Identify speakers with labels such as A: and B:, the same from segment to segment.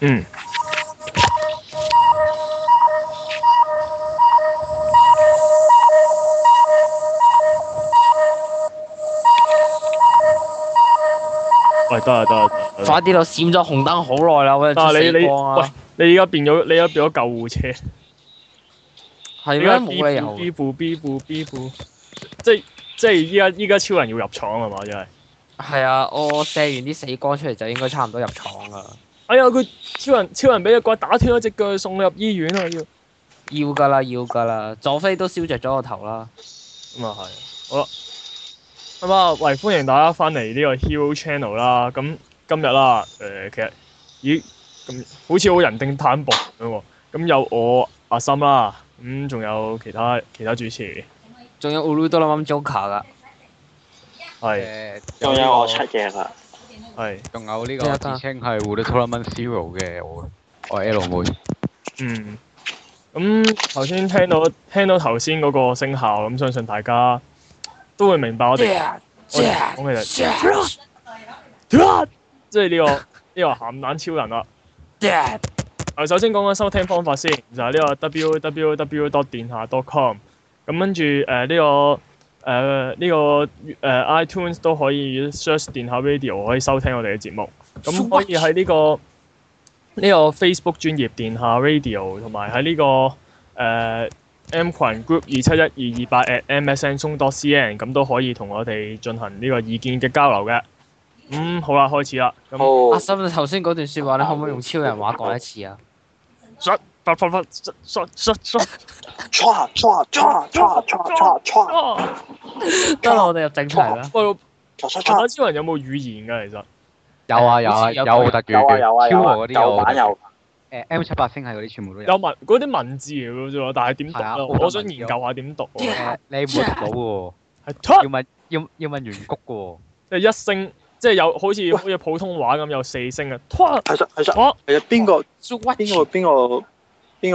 A: 嗯。喂，得啦得啦，得啦
B: 快啲咯，閃咗紅燈好耐啦，我
A: 啊！
B: 出
A: 你
B: 死
A: 你
B: 光啊！
A: 喂，你而家變咗，你而家變咗救護車，
B: 係
A: 你
B: 咩？
A: 而家
B: 冇理由啊
A: ，B 步 B 步 B 步，即係即係依家依家超人要入廠係嘛？真係，
B: 係啊！我射完啲死光出嚟就應該差唔多入廠啊噶啦，
A: 哎呀！佢超人超人俾只怪打斷咗只腳，送佢入醫院啊！要
B: 要㗎啦，要㗎啦！佐菲都燒着咗個頭啦，
A: 咁啊係，好啦，咁啊喂，歡迎大家翻嚟呢個 Hero Channel 啦。咁今日啦，誒、其實咦咁好似好人丁攤薄咁喎。咁有我阿森啦，咁、仲有其他其他主持
B: 仲有 u l u d o l a m Joker 噶，
A: 係
C: 誒，
D: 仲有我出嘅啦，
A: 係
C: 仲有呢個
B: 咩啊
C: 自稱係 w o o d t o l a m a n Zero 嘅我，我 L 妹，
A: 嗯，咁頭先聽到聽到頭先嗰個聲效，咁相信大家都會明白我哋我哋講嘅就係即係呢個呢個鹹蛋超人啦。誒，首先講緊收聽方法先，就係、呢個 www dot 電下 dot com。咁跟住誒呢個誒呢、個誒、iTunes 都可以 search 電下 radio 可以收聽我哋嘅節目。咁可以喺呢、個呢、個 Facebook 專業電下 radio，同埋喺呢個誒、呃 M 群 group 二七一二二八 at MSN 松多 CN，咁都可以同我哋進行呢個意見嘅交流嘅。咁、好啦，開始啦。咁
D: 好
B: 阿，森你頭先嗰段説話，你可唔可以用超人話講一次啊？
A: 發發發，shut shut shut shut
D: 唰唰唰唰唰唰唰
A: up！
B: 得啦，我哋入正題啦。
A: 喂，
D: 唰唰
A: 查
D: 唰，
A: 下超人有冇語言㗎？其實
C: 有啊有啊
B: 有
C: 有
B: 個
C: 特語
D: 有啊有啊
C: 嘅，
D: 有
C: 超
D: 啊，
C: 和嗰啲
D: 有
C: 有特
D: 版
C: 語，
D: 有，
C: 誒 M 七八星系嗰啲全部都
A: 有
C: 有，
A: 文嗰啲文字嚟嘅啫喎，但係點讀
C: 係啊
A: 咧？
C: 好多
A: 我想
C: 文字啊
A: 研究下點讀喎。
C: 誒你唔會讀到嘅
A: 係
C: 喎，
A: 出
C: 要問要要問原曲嘅喎，
A: 即係一聲，即係有好似好似普通話咁有四聲嘅。突
D: 其實其實
A: 我
D: 其實邊個邊個邊個邊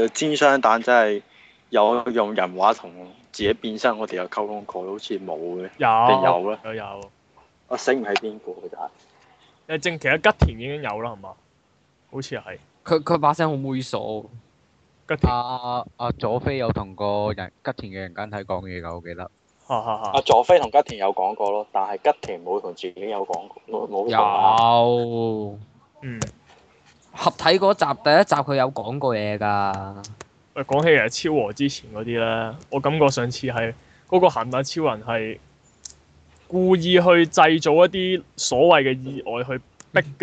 D: 個煎雙蛋真係有用人話同自己變身，我哋有溝通過，好似冇嘅，定
A: 有
D: 有咧？
A: 有有，
D: 我醒唔起邊個嘅咋？
A: 誒正其實吉田已經有啦，係嘛？好似係
B: 佢佢把聲好猥瑣，
A: 吉
C: 啊
A: 田，
C: 阿阿佐菲有同個人吉田嘅人間體講嘢㗎，我記得，
A: 哈哈
D: 阿
A: 哈。
D: 佐菲同吉田有講過咯，但係吉田冇同自己有講過，冇冇講啊
B: 有
A: 嗯，
B: 合體嗰集第一集佢有講過嘢㗎，
A: 喂，講起其實超和之前嗰啲咧，我感覺上次係嗰個鹹蛋超人係故意去製造一啲所謂嘅意外，去逼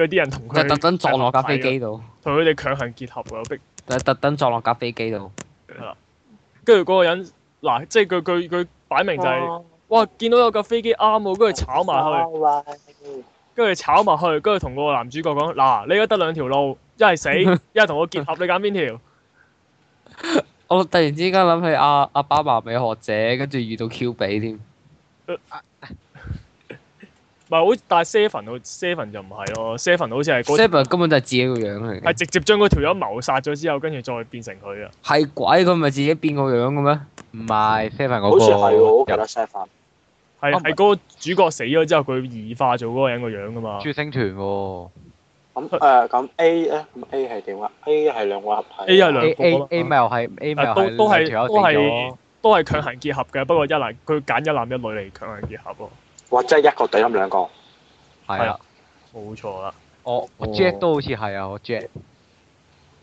A: 嗰啲人同
B: 就
A: 佢
B: 特登撞落架
A: 啊
B: 飛機度，
A: 同佢哋強行結合啊喎，逼
B: 就特登撞落架飛機度。
A: 跟住嗰個人嗱，即係佢佢佢擺明就係、
C: 哦
A: 哇，見到有架飛機啱喎，跟住炒埋去，跟住炒埋去，跟住同個男主角講嗱，你而家得兩條路，一係 死，一係同我結合，你揀邊條？
B: 我突然之間諗起阿阿巴馬美學者，跟住遇到 Q 比添。
A: 唔係好，但係 Seven 好 Seven 就唔係咯，Seven 好似係嗰
B: Seven 根本就係自己個樣嚟
A: 係
B: 嘅，
A: 直接將嗰條友謀殺咗之後，跟住再變成佢啊！
B: 係鬼佢咪自己變個樣嘅咩？
C: 唔係 Seven
D: 好似係喎，我
C: 嗰
D: 記得
C: 個
D: set 翻。
A: 係
B: 啊
C: 哦
B: 唔係
A: 係嗰個主角死咗之後，佢異化做嗰個人個樣噶嘛
C: 朱星團喎
D: 咁誒咁 A 咧，咁 A 係點啊？A 係兩個合體。
A: ，A 係
C: ，A
A: 兩個
C: A
A: 啊
C: A
A: 嘛
C: 咪又係 A 咪又
A: 都
C: 係
A: 都係
C: 兩條友
A: 都
C: 死
A: 係
C: 咗，
A: 都係強行結合嘅，不過一男佢揀一男一女嚟強行結合咯，
D: 哇！即係一個對冧兩個。
C: 係
A: 係
C: 啊
A: 啊，冇錯啦。
C: 我我
B: 哦
C: Jack 都好似係啊，我 Jack。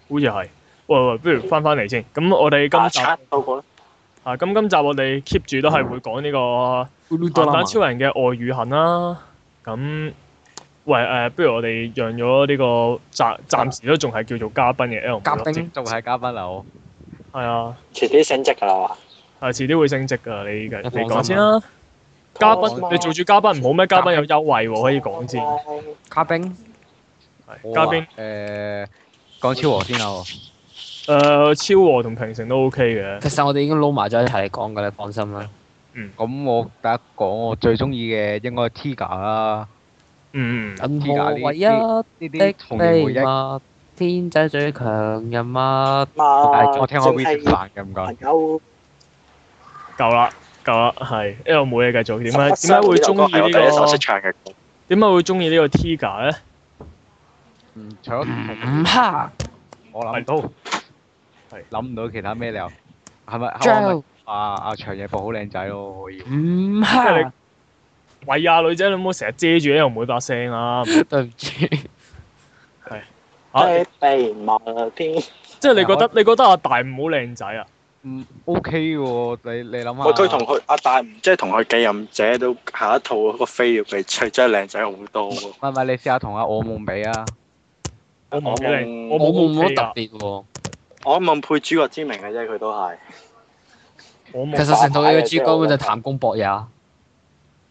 A: 好似係。喂喂，不如翻翻嚟先。咁我哋今集
D: 拆到個咧。
A: 啊，咁今集我哋 keep 住都係會講呢個鹹蛋超人嘅愛與恨啦。咁喂誒、不如我哋讓咗呢個暫暫時都仲係叫做嘉賓嘅 L
B: 嘉
C: 正
B: 賓
C: 就係嘉賓啊！我
A: 係啊，
D: 遲啲升職㗎啦嘛。
A: 係遲啲會升職㗎。你嘅
B: 你
A: 你講
B: 放
A: 先
B: 心
A: 啦。嘉賓，
D: 我
A: 你做住嘉賓唔好咩？嘉賓有優惠喎，可以講先。
B: 卡冰
A: 係
C: 我
A: 嘉
C: 啊
A: 賓
C: 誒講超和先啊！我
A: 誒、超和同平成都 OK 嘅。
B: 其實我哋已經撈埋咗一齊嚟講㗎啦，放心啦。
C: 咁我第一講我最中意嘅應該係 Tiga 啦，
A: 嗯，嗯
B: 銀河唯一的
C: 呢啲童年回憶。
B: 秘密，天仔最強人物。
C: 但
D: 嘛
C: 係我聽開 V 食飯嘅唔該。
D: 朋友
A: 夠啦，夠啦，係 L 妹你繼續點解點解會中意呢
D: 第一首
A: 個
D: 識？唱嘅歌。
A: 點解會中意呢個 Tiga 咧？
C: 嗯，除咗
E: 唔哈
C: 我諗
A: 係
C: 到，
A: 係
C: 諗唔到其他咩理由。係咪係咪
E: Joe
C: 阿阿長野部好靚仔咯？可以。
E: 唔
A: 即係
E: 哈，
A: 喂啊，女仔你唔好成日遮住啲妹把聲啊啦。
B: 對唔住，
A: 嚇
D: 鼻毛添。
A: 啊即係啊你覺得你覺得阿大唔好靚仔啊？
C: 嗯，OK 喎，你你諗下。
D: 喂，佢同佢阿大唔即係同佢繼任者都下一套嗰個飛鳥比出真係靚仔好多喎。
C: 唔係唔係，你試下同阿我夢比啊！
A: 我冇靚，我
B: 我冇冇乜
A: 冇 OK
B: 特
A: 啊，
B: 別喎。
D: 我夢配主角之名嘅啫，佢都係。
A: 我冇
B: 其。實成套嘢嘅主角就係譚公博也，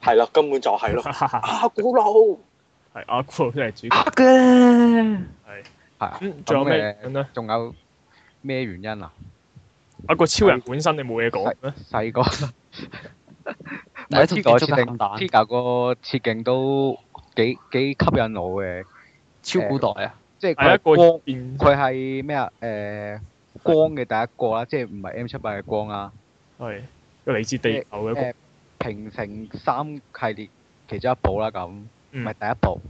D: 係咯，根本就係咯。
A: 係
D: 啊，古佬。
A: 阿酷真係主角。
E: 呃嘅，
C: 係啊，
A: 嗯，仲有咩咁咧？
C: 仲有咩原因啊？
A: 阿個超人本身你冇嘢講咩？
C: 細個唔
B: 第一套叫做
C: 係 Tiga 個設
B: 鹹
C: 定
B: 蛋
C: ，Tiga 個設定都幾幾吸引我嘅，
B: 超古代啊！
C: 即係
A: 係
C: 佢
A: 一個
C: 光，
A: 變
C: 佢係咩啊？誒光嘅第一個啦，即係唔係 M 七八嘅光啦。
A: 係嚟自地球嘅一個
C: 誒平成三系列其中一部啦，咁唔
A: 嗯
C: 係第一部。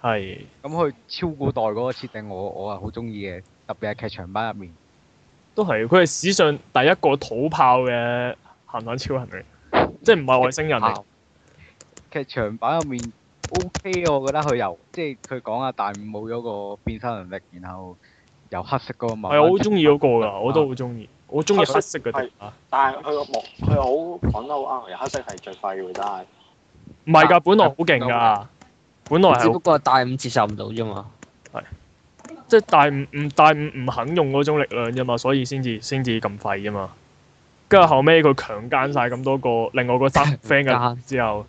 A: 係
C: 咁佢超古代嗰個設定我，我係好中意嘅，特別係劇場版入面。
A: 都係佢係史上第一個土炮嘅鹹蛋超人嚟，即係唔係外星人
B: 啊
A: 嚟。
C: 劇場版入面 O、k 我覺得佢由即係佢講啊，大五冇咗個變身能力，然後由黑色嗰個慢
A: 係我好
C: 慢
A: 中意嗰個㗎，我都好中意。我中意黑色嗰
D: 係
A: 啲啊，
D: 但係佢個幕，佢好講得好啱，黑色係最快嘅，真係。
A: 唔係㗎，本來好勁㗎，本來
B: 只
A: 係
B: 不過係大五接受唔到啫嘛。
A: 即係大五唔大五唔肯用嗰種力量啫嘛，所以先至先至咁廢啫嘛。跟住後尾佢強姦晒咁多個另外嗰三個 friend
B: 強
A: 嘅之後，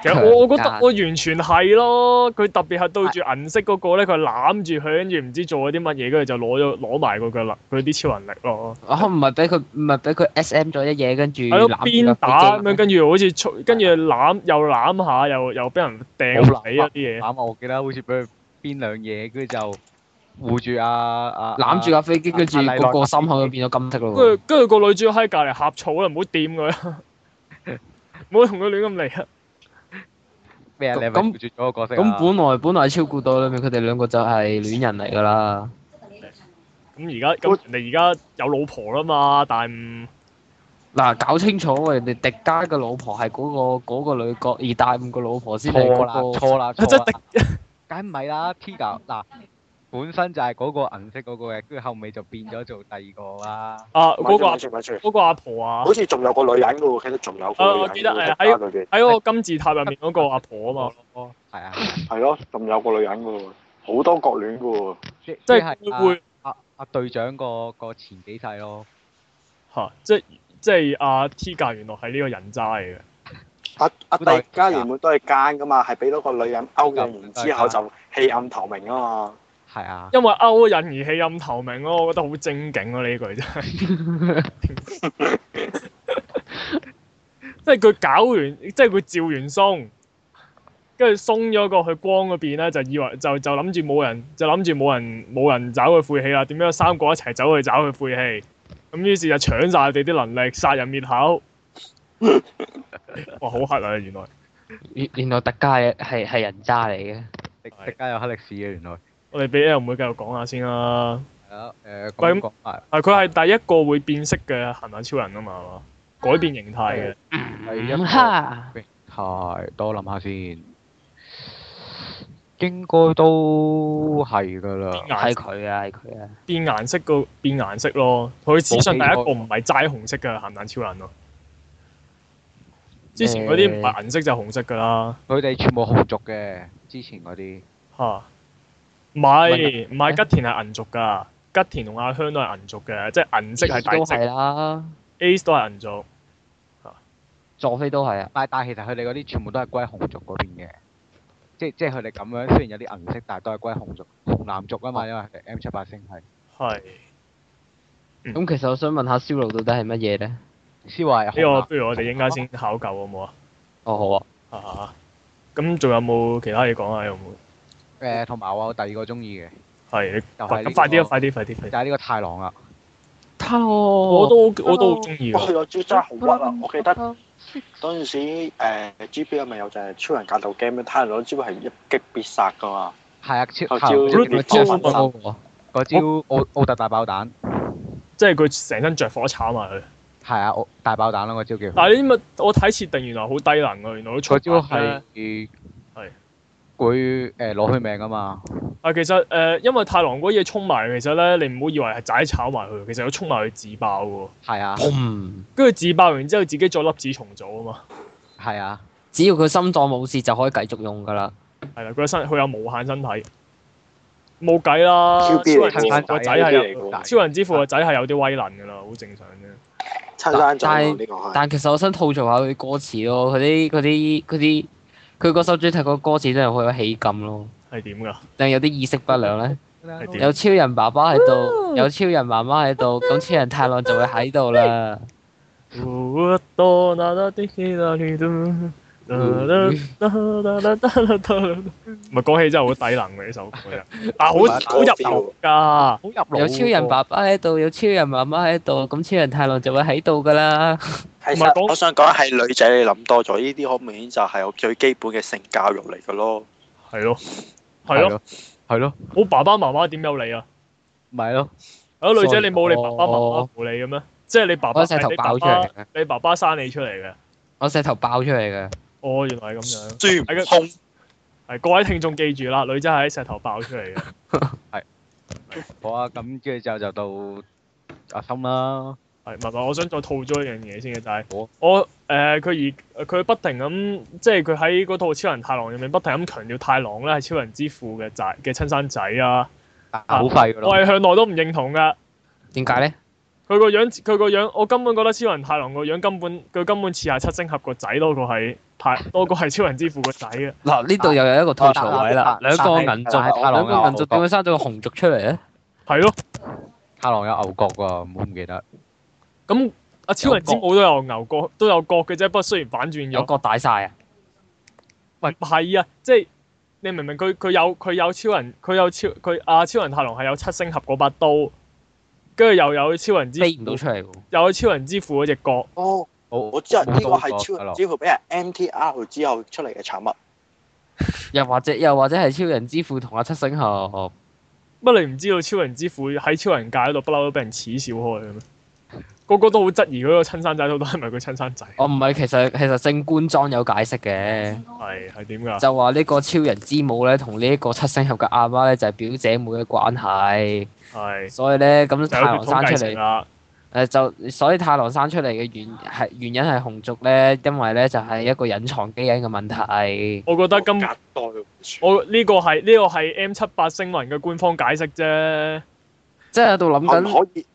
A: 其實我我覺得
B: 強姦
A: 我完全係咯，佢特別係對住銀色嗰個咧，佢攬住佢，跟住唔知做咗啲乜嘢，跟住就攞咗攞埋佢嘅力，佢啲超能力咯，
B: 啊，唔係俾佢唔係俾佢 S.M. 咗一嘢，跟住
A: 係咯
B: 攬住
A: 邊
B: 個啊
A: 打咁樣，
B: 飛機
A: 跟住好似促跟住攬
B: 啊
A: 又攬下，又又俾人掟
C: 好
A: 死一啲嘢，
C: 攬啊！我記得好似俾佢邊兩嘢，跟住就護住啊啊
B: 攬住架飛機，跟住
C: 啊啊
B: 個個心口就變咗金色咯
A: 跟
B: 喎
A: 住。跟住個女主角喺隔離呷醋啦，唔好掂佢啦，唔好同佢亂咁嚟啊！
C: 咩啊？你係咪
B: 咁
C: 護住咗個角色啊
B: 咁本來本來超古代裏面佢哋兩個就係戀人嚟㗎啦。
A: 咁而家咁人哋而家有老婆啦嘛，但係唔
B: 嗱，搞清楚喎，人哋迪迦嘅老婆係嗰、個嗰、個女角，而大五個老婆先係
C: 錯啦
B: 嗰個。
C: 錯啦
A: 即
C: 錯
A: 係
C: 啦，梗唔係啦！Tiga 嗱本身就係嗰個銀色嗰個嘅，跟住後尾就變咗做第二個啦。
A: 啊嗰個阿
D: 咪住咪住，
A: 嗰個阿婆啊
D: 好，似仲有個女人嘅喎，其實仲有個
A: 啊
D: 女人
A: 我記得係
D: 嘅
A: 喺
D: 喎裏邊。
A: 喺嗰個金字塔入面嗰個阿婆啊嘛，
C: 嘛，係啊，
D: 係咯，仲有個女人嘅喎，好多角戀嘅喎。
C: 即
A: 即
C: 即
A: 係
C: 係
A: 佢會
C: 阿阿阿隊長個個前幾世咯。
A: 嚇，即係即係阿 T 架原來係呢個人渣嚟嘅，
D: 阿阿
C: 古代
D: 帝家原本都係奸噶嘛，係俾到個女人勾引完之後就棄暗投明啊嘛。
C: 係啊，
A: 因為勾引而棄暗投明咯，我覺得好正經咯呢句真係， 即係佢搞完，即係佢照完鬆。跟住鬆咗過去光嗰邊咧，就以為就就諗住冇人，就諗住冇人冇人找佢晦氣啦。點樣三個一齊走去找佢晦氣？咁於是就搶晒佢哋啲能力，殺人滅口。哇！好黑啊，原來
B: 原原來迪迦係係係人渣嚟嘅。
C: 迪
A: 係
C: 迪加有黑歷史嘅原來。
A: 我哋俾 L 妹繼續講下先啦。
C: 係啊，誒
A: 喂咁
C: 咁講埋
A: 啊！佢係第一個會變色嘅行眼超人啊嘛，係嘛？改變形態
C: 嗯
A: 嘅。
C: 第一
E: 唔
C: 個
E: 哈，
C: 係，等我諗下先。應該都係㗎啦，
A: 顏
B: 係佢啊，係佢啊。
A: 變顏色個變顏色咯，佢史上第一個
C: 冇幾
A: 唔係齋紅色嘅鹹蛋超人咯。之前嗰啲唔係銀色就紅色㗎啦，
C: 佢哋全部紅族嘅，之前嗰啲
A: 嚇唔係唔係吉田係銀族㗎，吉田同阿香都係銀族嘅，即係銀色係
B: 都
A: 底色
B: 係啦，
A: ，Ace 都係銀族，
B: 佐菲都係啊。
C: 但但其實佢哋嗰啲全部都係歸紅族嗰邊嘅，即即係佢哋咁樣，雖然有啲銀色，但係都係歸紅族、紅藍族啊
A: 哦
C: 嘛，因為佢哋 M 七八星係。
A: 係
B: 咁其實我想問下燒爐到底係乜嘢咧？
C: 思維
A: 呢個
C: 紅藍
A: 不如我哋應家先考究好唔好
B: 哦，好啊。
A: 啊？啊咁仲有冇其他嘢講啊？有冇？
C: 誒，同埋我有第二個中意嘅
A: 係你
C: 就係呢
A: 快
C: 個
A: 快啲啊！快啲快啲快啲！
C: 就係呢個太郎啦。
E: 他
A: 我
E: 我
A: 都我都好中意啊喎，
D: 哇！佢個哦招真係好屈啊！我記得嗰陣時誒 G B 咪有隻超人格鬥 game 咧，睇人攞招係一擊必殺噶嘛。
C: 係啊，超後
D: 後
C: 招
D: 招
A: 嗰
C: 烈
A: 招
C: 火
A: 啊
C: 焚
A: 嘛
C: 身
B: 喎，
C: 嗰招奧奧特大爆彈，
A: 即係佢成身着火炒埋佢。
C: 係啊，奧大爆彈咯，嗰招叫。
A: 但係呢啲咪我睇設定原來好低能啊㗎，原來都出
C: 嗰招
A: 係
C: 係
A: 係
C: 會誒攞佢命噶嘛，
A: 啊，其實誒、呃因為太郎嗰嘢衝埋，其實咧你唔好以為係仔炒埋佢，其實佢衝埋佢自爆喎。
C: 係啊
B: 砰！
A: 跟住自爆完之後，自己再粒子重組啊嘛。
C: 係啊，
B: 只要佢心臟冇事就可以繼續用㗎啦。
A: 係啦，佢有身佢有無限身體，冇計啦。
D: Q B
A: 超
D: 嚟
A: 人之
D: 㗎
A: 父個仔係有
D: 嚟㗎
A: 超人之父個仔係有啲威能㗎啦，好正常啫。
D: 親生仔
B: 但
D: 喎
B: 係
D: 呢個係。
B: 但其實我想吐槽下佢啲歌詞咯，佢啲佢啲佢啲佢嗰首主題曲歌詞真係好有喜感咯，
A: 係點㗎？
B: 定係有啲意識不良咧？
A: 係點
B: 有超人爸爸喺度，有超人媽媽喺度，咁超人太郎就會喺度啦。
A: 唔係講起真係好低能嘅呢首歌真係，但係好好入流㗎。
C: 好入腦喎
B: 有超人爸爸喺度，有超人媽媽喺度，咁超人太郎就會喺度㗎啦。
D: 係
A: 唔係講
D: 實我想講係女仔你諗多咗，呢啲好明顯就係我最基本嘅性教育嚟㗎咯。
A: 係咯，係咯，，
C: 係咯，
A: 我爸爸媽媽點有你啊？
C: 咪係咯，
A: 係咯，女仔你冇你爸
B: 所以
A: 爸媽媽護你嘅咩？即係你爸爸
B: 我石頭
A: 你爸
B: 爆出嚟
A: 爸
B: 嘅
A: 你爸爸生你出嚟嘅。
B: 我石頭爆出嚟嘅，
A: 哦，原來係咁樣。
D: 孫
A: 係
D: 悟
A: 嘅
D: 空
A: 係各位聽眾記住啦，女仔係喺石頭爆出嚟嘅。
C: 好啊，咁跟住之後就到阿森啦，
A: 係唔係唔係？我想再吐咗一樣嘢先嘅，就係、
C: 好啊
A: 我誒佢而佢不停咁，即係佢喺嗰套《超人太郎》入面不停咁強調太郎咧係超人之父嘅仔嘅親生仔啊！
C: 但係好廢噶
A: 我
C: 咯，
A: 係向來都唔認同㗎。
B: 點解咧？
A: 佢個樣，佢個樣，我根本覺得超人太郎個樣根本佢根本似係七星俠個仔多過係太多過係超人之父個仔嘅。
B: 嗱，呢
C: 啊
B: 度又有一個吐槽位啦，兩個銀族，
C: 哦但係
B: 兩個銀族點會生咗個紅族出嚟咧？
A: 係咯，
C: 太郎有牛角喎，唔好唔記得，
A: 咁阿超人之母都有牛角，都有角嘅啫。不過雖然反轉咗
C: 嗯
B: 有。個大晒啊！
A: 唔係啊，即係你明唔明佢佢有佢有超人，佢有超佢啊超人太郎係有七星俠嗰把刀，跟住又有超人之
B: 飛唔到出嚟喎。
A: 又有超人之父嗰只角，
D: 哦，
C: 我
D: 我知啊，呢個係
C: 係
D: 超人之父俾人 MTR 之後出嚟嘅產物。
B: 又或者又或者係超人之父同阿七星俠，
A: 乜你唔知道超人之父喺超人界嗰度不嬲都俾人恥笑開嘅咩？個個都好質疑佢個親生仔到底係咪佢親生仔？
B: 哦我唔係其實其實正官莊有解釋嘅，
C: 嗯
A: 係係點㗎？
B: 就話呢個超人之母咧同呢一個七星俠嘅阿媽咧就係、表姐妹嘅關係，
A: 係
B: 所以咧咁
A: 就
B: 太
A: 有血
B: 郎
A: 統
B: 生
A: 繼
B: 出
A: 承
B: 嚟，誒、
A: 啦。
B: 就所以太郎生出嚟嘅原係原因係紅族咧，因為咧就係、一個隱藏基因嘅問題。
A: 我覺得今
D: 隔代嘅
A: 我呢個係呢個係 M 七八星雲嘅官方解釋啫。
B: 即係喺度諗
D: 我
C: 哦
B: 緊
D: 唔可以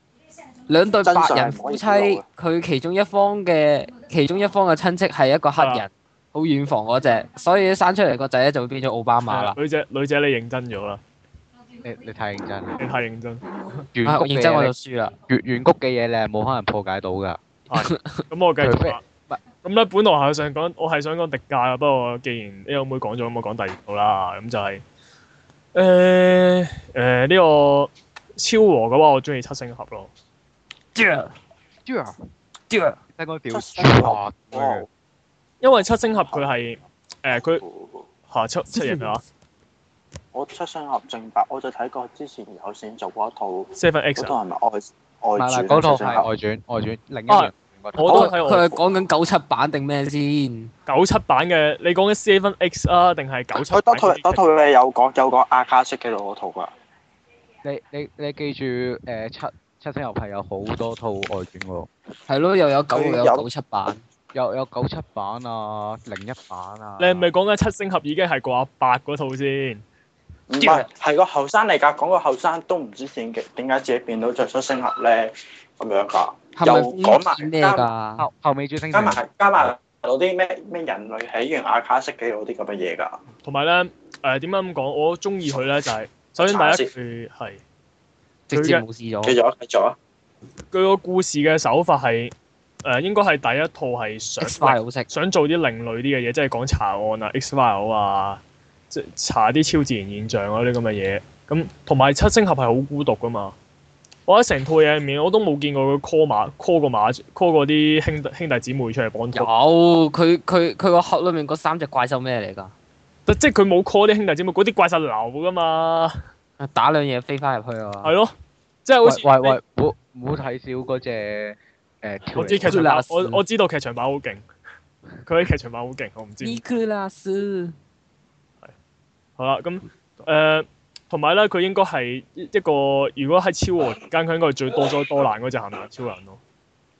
B: 兩對白人夫
D: 真
B: 妻，
D: 相係唔可以透
B: 佢其中一方嘅其中一方嘅親戚係一個黑
A: 啊
B: 人，好遠房嗰只，所以生出嚟個仔咧就會變咗奧巴馬啦。
A: 女仔女仔你認真咗啦，
C: 你你太認真啦，
A: 你太認真。
C: 遠
B: 啊
C: 谷
B: 我認真我就
C: 嘅
B: 輸啦。
C: 嘢，遠谷嘅嘢你係冇可能破解到㗎。
A: 咁我繼續啊啦
C: 佢咩。
A: 咁咧，本來係想講，我係想講迪迦嘅，不過既然呢個妹講咗，咁我講第二個啦。咁就係誒誒呢個超和嘅話，我中意七星俠咯。
C: Jura，
B: Jura
C: 聽講屌
D: 出哦聲
C: Jura，
D: 哇
A: 因為七星俠佢係誒佢啊嚇出出嘢咩話
D: 我出雙合正白，我就睇過之前有線做過一套，
A: ？Seven X
D: 嗰
A: 啊
D: 套係咪外
C: 唔係
D: 外
C: 啦，
D: 傳
C: 嗰套係
D: 出雙合
C: 外傳，外傳另一
A: 啊
C: 樣嗰套。
A: 我都
B: 佢
A: 喺我
B: 佢係講緊九七版定咩先？
A: 九七版嘅，你講嘅 Seven X 啊，定係九七
D: 佢
A: 版
D: 哦嗰套嗰
A: 嘅？
D: 套嘢有講有講阿卡式記錄嗰套㗎，
C: 你你你記住誒七七星遊係有好多套外傳喎，
B: 係咯，又有九
D: 佢
B: 又有
D: 有
B: 九七版。
C: 有有九七版啊，零一版啊。
A: 你係咪講緊七星俠已經係個阿伯嗰套先？
D: 唔係係個後生嚟㗎，講個後生都唔知點解點解自己變到着出星合咧咁樣㗎，
B: 係咪
D: 又講
B: 封
D: 埋
B: 面咩㗎？
C: 後後尾追星
D: 加
C: 團？
D: 埋加埋嗰啲咩咩人類起源阿卡式記錄啲咁嘅嘢㗎。
A: 同埋咧誒點解咁講？我中意佢咧就係首先第
D: 查下先
A: 一佢係。
B: 直接冇事
D: 繼
B: 咗。
D: 續啊，繼續啊！
A: 佢個故事嘅手法係誒、呃、應該係第一套係想
B: X file 好食，
A: 想做啲另類啲嘅嘢，即係講查案啊、X file 啊，即係查啲超自然現象嗰啲咁嘅嘢。咁同埋七星俠係好孤獨噶嘛。我喺成套嘢入面我都冇見過佢 call 馬 call 個馬 call 嗰啲兄弟兄弟姊妹出嚟幫
B: 有
A: 拖。
B: 佢佢佢個殼裏面嗰三隻怪獸咩嚟㗎？
A: 即係佢冇 call 啲兄弟姊妹，嗰啲怪獸流噶嘛，
B: 啊打兩嘢飛翻入去啊！
A: 係咯，即係好似
C: 喂喂喂，唔好唔好睇少嗰只誒
A: 我知劇
C: 條
A: 場
B: 好
A: 版
B: 辣，
A: 我我知道劇場版好勁，佢喺劇場版好勁，我唔知點解。
B: 尼古拉斯
A: 好啦，咁誒同埋咧，佢應該係一一個如果喺超和間，佢應該係最多災多難嗰只鹹蛋超人咯。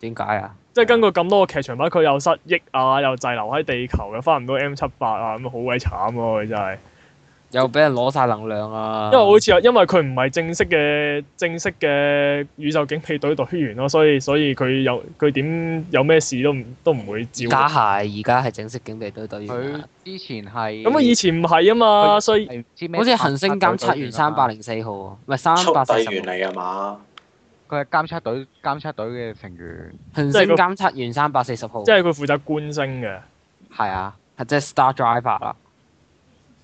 B: 點解啊？
A: 即係根據咁多個劇場版，佢又失憶啊，又滯留喺地球，又翻唔到 M 七八啊，咁好鬼慘喎！佢真係，
B: 又俾人攞晒能量啊！
A: 因為好似係因為佢唔係正式嘅正式嘅宇宙警備隊隊員咯，所以所以佢有佢點有咩事都唔都唔會照顧。
B: 而家係而家係正式警備隊隊員
C: 佢
B: 啊，
C: 之前係
A: 咁啊，以前唔係啊嘛，
C: 佢
A: 所以
C: 係唔知咩
B: 好似恒星監
C: 察
B: 測員
C: 隊隊員啊
B: 三百
C: 嘛
B: 零四號喎，唔係三
D: 速
B: 百四
D: 遞
B: 十
D: 員嚟㗎嘛？
C: 啊佢係監察隊監察隊嘅成員，
B: 恒
A: 即
B: 星
A: 係個
B: 監測員三百四十號，
A: 即係佢負責觀星嘅，
C: 係啊，
B: 係即係 Star Driver 啦。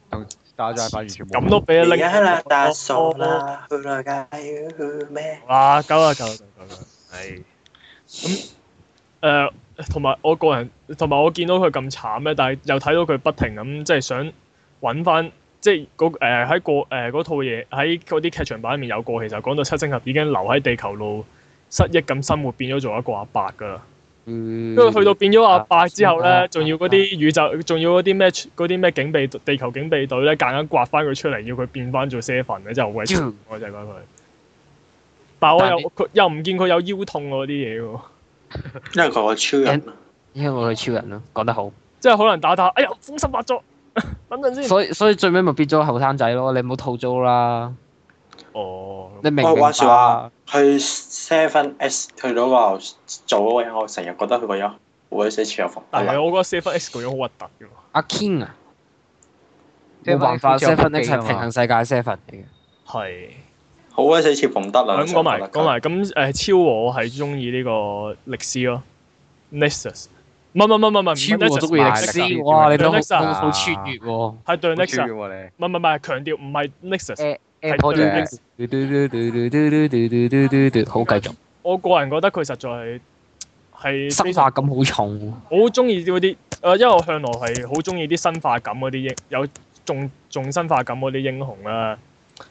C: 同 Star Driver 完全冇
A: 咁都俾你
D: 而
A: 拎
D: 家啦，大傻啦，去啦街去咩？
A: 哇！夠啦，啊夠啦，夠啦，夠啦，係。咁誒，同埋我個人，同埋我見到佢咁慘咧，但係又睇到佢不停咁，即係想揾翻，即係嗰誒喺過誒嗰套嘢喺嗰啲劇場版入面有過，其實講到七星俠已經留喺地球路失憶咁生活，變咗做一個阿伯㗎啦。
B: 嗯，
A: 跟住啊去到變咗阿伯之後
B: 啊
A: 咧，仲要嗰啲宇宙，仲要嗰啲咩嗰啲咩警備地球警備隊咧，夾硬刮翻佢出嚟，要佢變翻做 seven 咧，真係好鬼
B: 啾
A: 慘我就係講佢。但係我
B: 嗯但
A: 又
B: 係你
A: 佢又唔見佢有腰痛嗰啲嘢喎，
D: 因為佢係超人啊，
B: 因為我去超人咯，講得好。
A: 即係可能打打，哎呀風濕發作， 等陣先。
B: 所以所以最尾咪變咗後生仔咯，你唔好套租啦，
A: 哦，
B: 你明唔
D: 喂
B: 明
D: 話時話
B: 白？
D: 去 Seven S 去到嗰個做嗰個人，我成日覺得佢個樣好鬼死似有馮德啊
A: 但係啊
D: 倫。
A: 我覺得 seven X 個樣好核突嘅喎，
B: 阿 King 啊，
C: 即係
B: 冇辦法
C: 好似有腹
B: ，Seven
C: 肌
B: X
C: 啊
B: 係
C: 嘛
B: 平行世界 Seven 嚟嘅。
A: 係。
D: 好鬼死似馮德倫。
A: 咁嗯講埋
D: 我成日覺得
A: 講
D: 佢
A: 埋咁誒，超我係中意呢個歷史咯，Nexus。唔係唔係唔係唔係，唔
B: 超
A: 係 Nexus，
B: 我中意歷史，
C: Nexus
B: 哇！你都好
A: Nexus
C: 啊
B: 好穿越喎。
A: 係對
C: 好超
A: Nexus。
C: 喎
A: 唔係唔係唔係，強調唔係 Nexus。
C: 你
A: 係
C: Apple
A: 對
C: 嘅
A: Nexus
B: 嘟嘟嘟嘟嘟嘟嘟嘟嘟嘟嘟嘟好繼續，
A: 我個人覺得佢實在係係非
B: 生
A: 常
B: 化感好重，
A: 我好中意嗰啲誒，因為我向來係好中意啲生化感嗰啲英有重重生化感嗰啲英雄啦。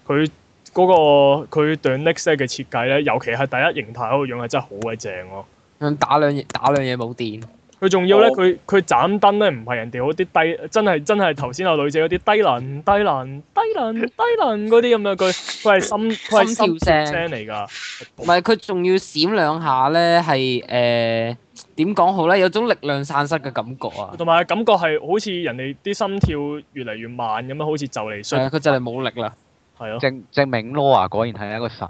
A: 佢嗰、個佢對 Next 嘅設計咧，尤其係第一形態嗰個樣係真係好鬼正咯。
B: 咁打兩嘢打兩嘢冇電，
A: 佢仲要咧，
D: 我
A: 佢佢斬燈咧，唔係人哋嗰啲低，真係真係頭先有女仔嗰啲低能低能低能低能嗰啲咁樣，佢佢係心佢係
B: 心
A: 心
B: 跳聲
A: 聲嚟㗎。
B: 唔係佢仲要閃兩下咧，係誒呃點講好咧？有種力量散失嘅感覺啊！
A: 同埋感覺係好似人哋啲心跳越嚟越慢咁樣，好似就嚟
B: 係
A: 衰，
B: 啊佢就嚟冇力啦。
A: 係咯。
C: 證證明 Laura 果然係一個神，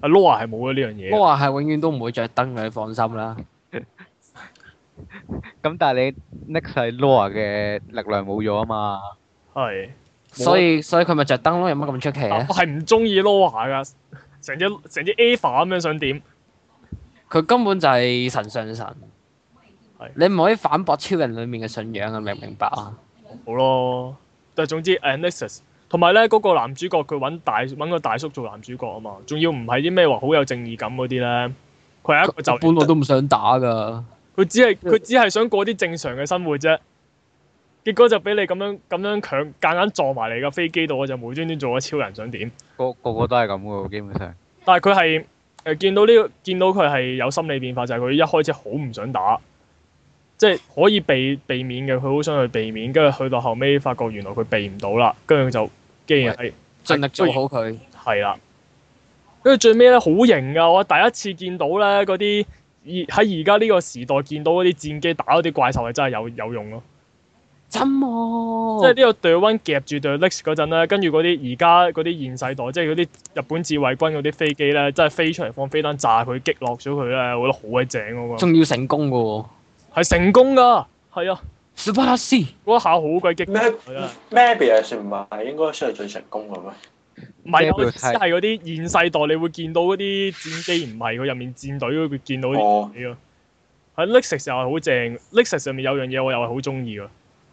A: 阿啊 Laura 係冇咗呢樣嘢，
B: 我話係永遠都唔會着燈嘅，你放心啦。
C: 咁但係你 Next 係 Laura 嘅力量冇咗啊嘛，
A: 係啊
B: 所以所以佢咪着燈咯，有乜咁出奇啊
A: 但
B: 咧
A: 我？係啊唔中意 Laura 㗎，成隻成隻 Ava 咁樣想點？
B: 佢根本就係神上神
A: 係。
B: 你唔可以反駁超人裡面嘅信仰啊！明唔明白啊？
A: 好咯，但係總之 a n e x u s 同埋咧嗰個男主角佢揾大揾個大叔做男主角啊嘛，仲要唔係啲咩話好有正義感嗰啲咧，佢係一個就
B: 我本來都唔想打㗎。
A: 佢只係佢只係想過啲正常嘅生活啫。結果就俾你咁樣咁樣強夾硬撞埋嚟個飛機度，我就無端端做咗超人，想點？
C: 個個個都係咁嘅喎，基本上。
A: 但係佢係誒見到呢、個見到佢係有心理變化，就係、佢一開始好唔想打，即係可以避避免嘅，佢好想去避免，跟住去到後尾發覺原來佢避唔到啦，跟住就既然係
B: 盡力做好佢。
A: 係啦，跟住最尾咧好型噶，我第一次見到咧嗰啲而喺而家呢個時代見到嗰啲戰機打嗰啲怪獸係真係有有用咯，
B: 真喎，
A: 即係呢個 The One 夾住 The Next 嗰陣咧，跟住嗰啲而家嗰啲現世代，即係嗰啲日本自衛軍嗰啲飛機咧，真係飛出嚟放飛彈炸佢，擊落咗佢咧，我覺得好鬼正嗰個，
B: 仲要成功嘅喎。
A: 係成功㗎，係啊，
B: s u p e r C，
A: 嗰一下好鬼激動
D: 咩
A: 係啊，
D: Mabius 算唔係應該算係最成功嘅咩？
A: 唔係我
C: 咩
A: 意思係嗰啲現世代你會見到嗰啲戰機，唔係佢入面戰隊嗰個見到啲。
D: 哦，
A: 係啊，喺 Lexus 又係好正，Lexus 上面有樣嘢我又係好中意噶，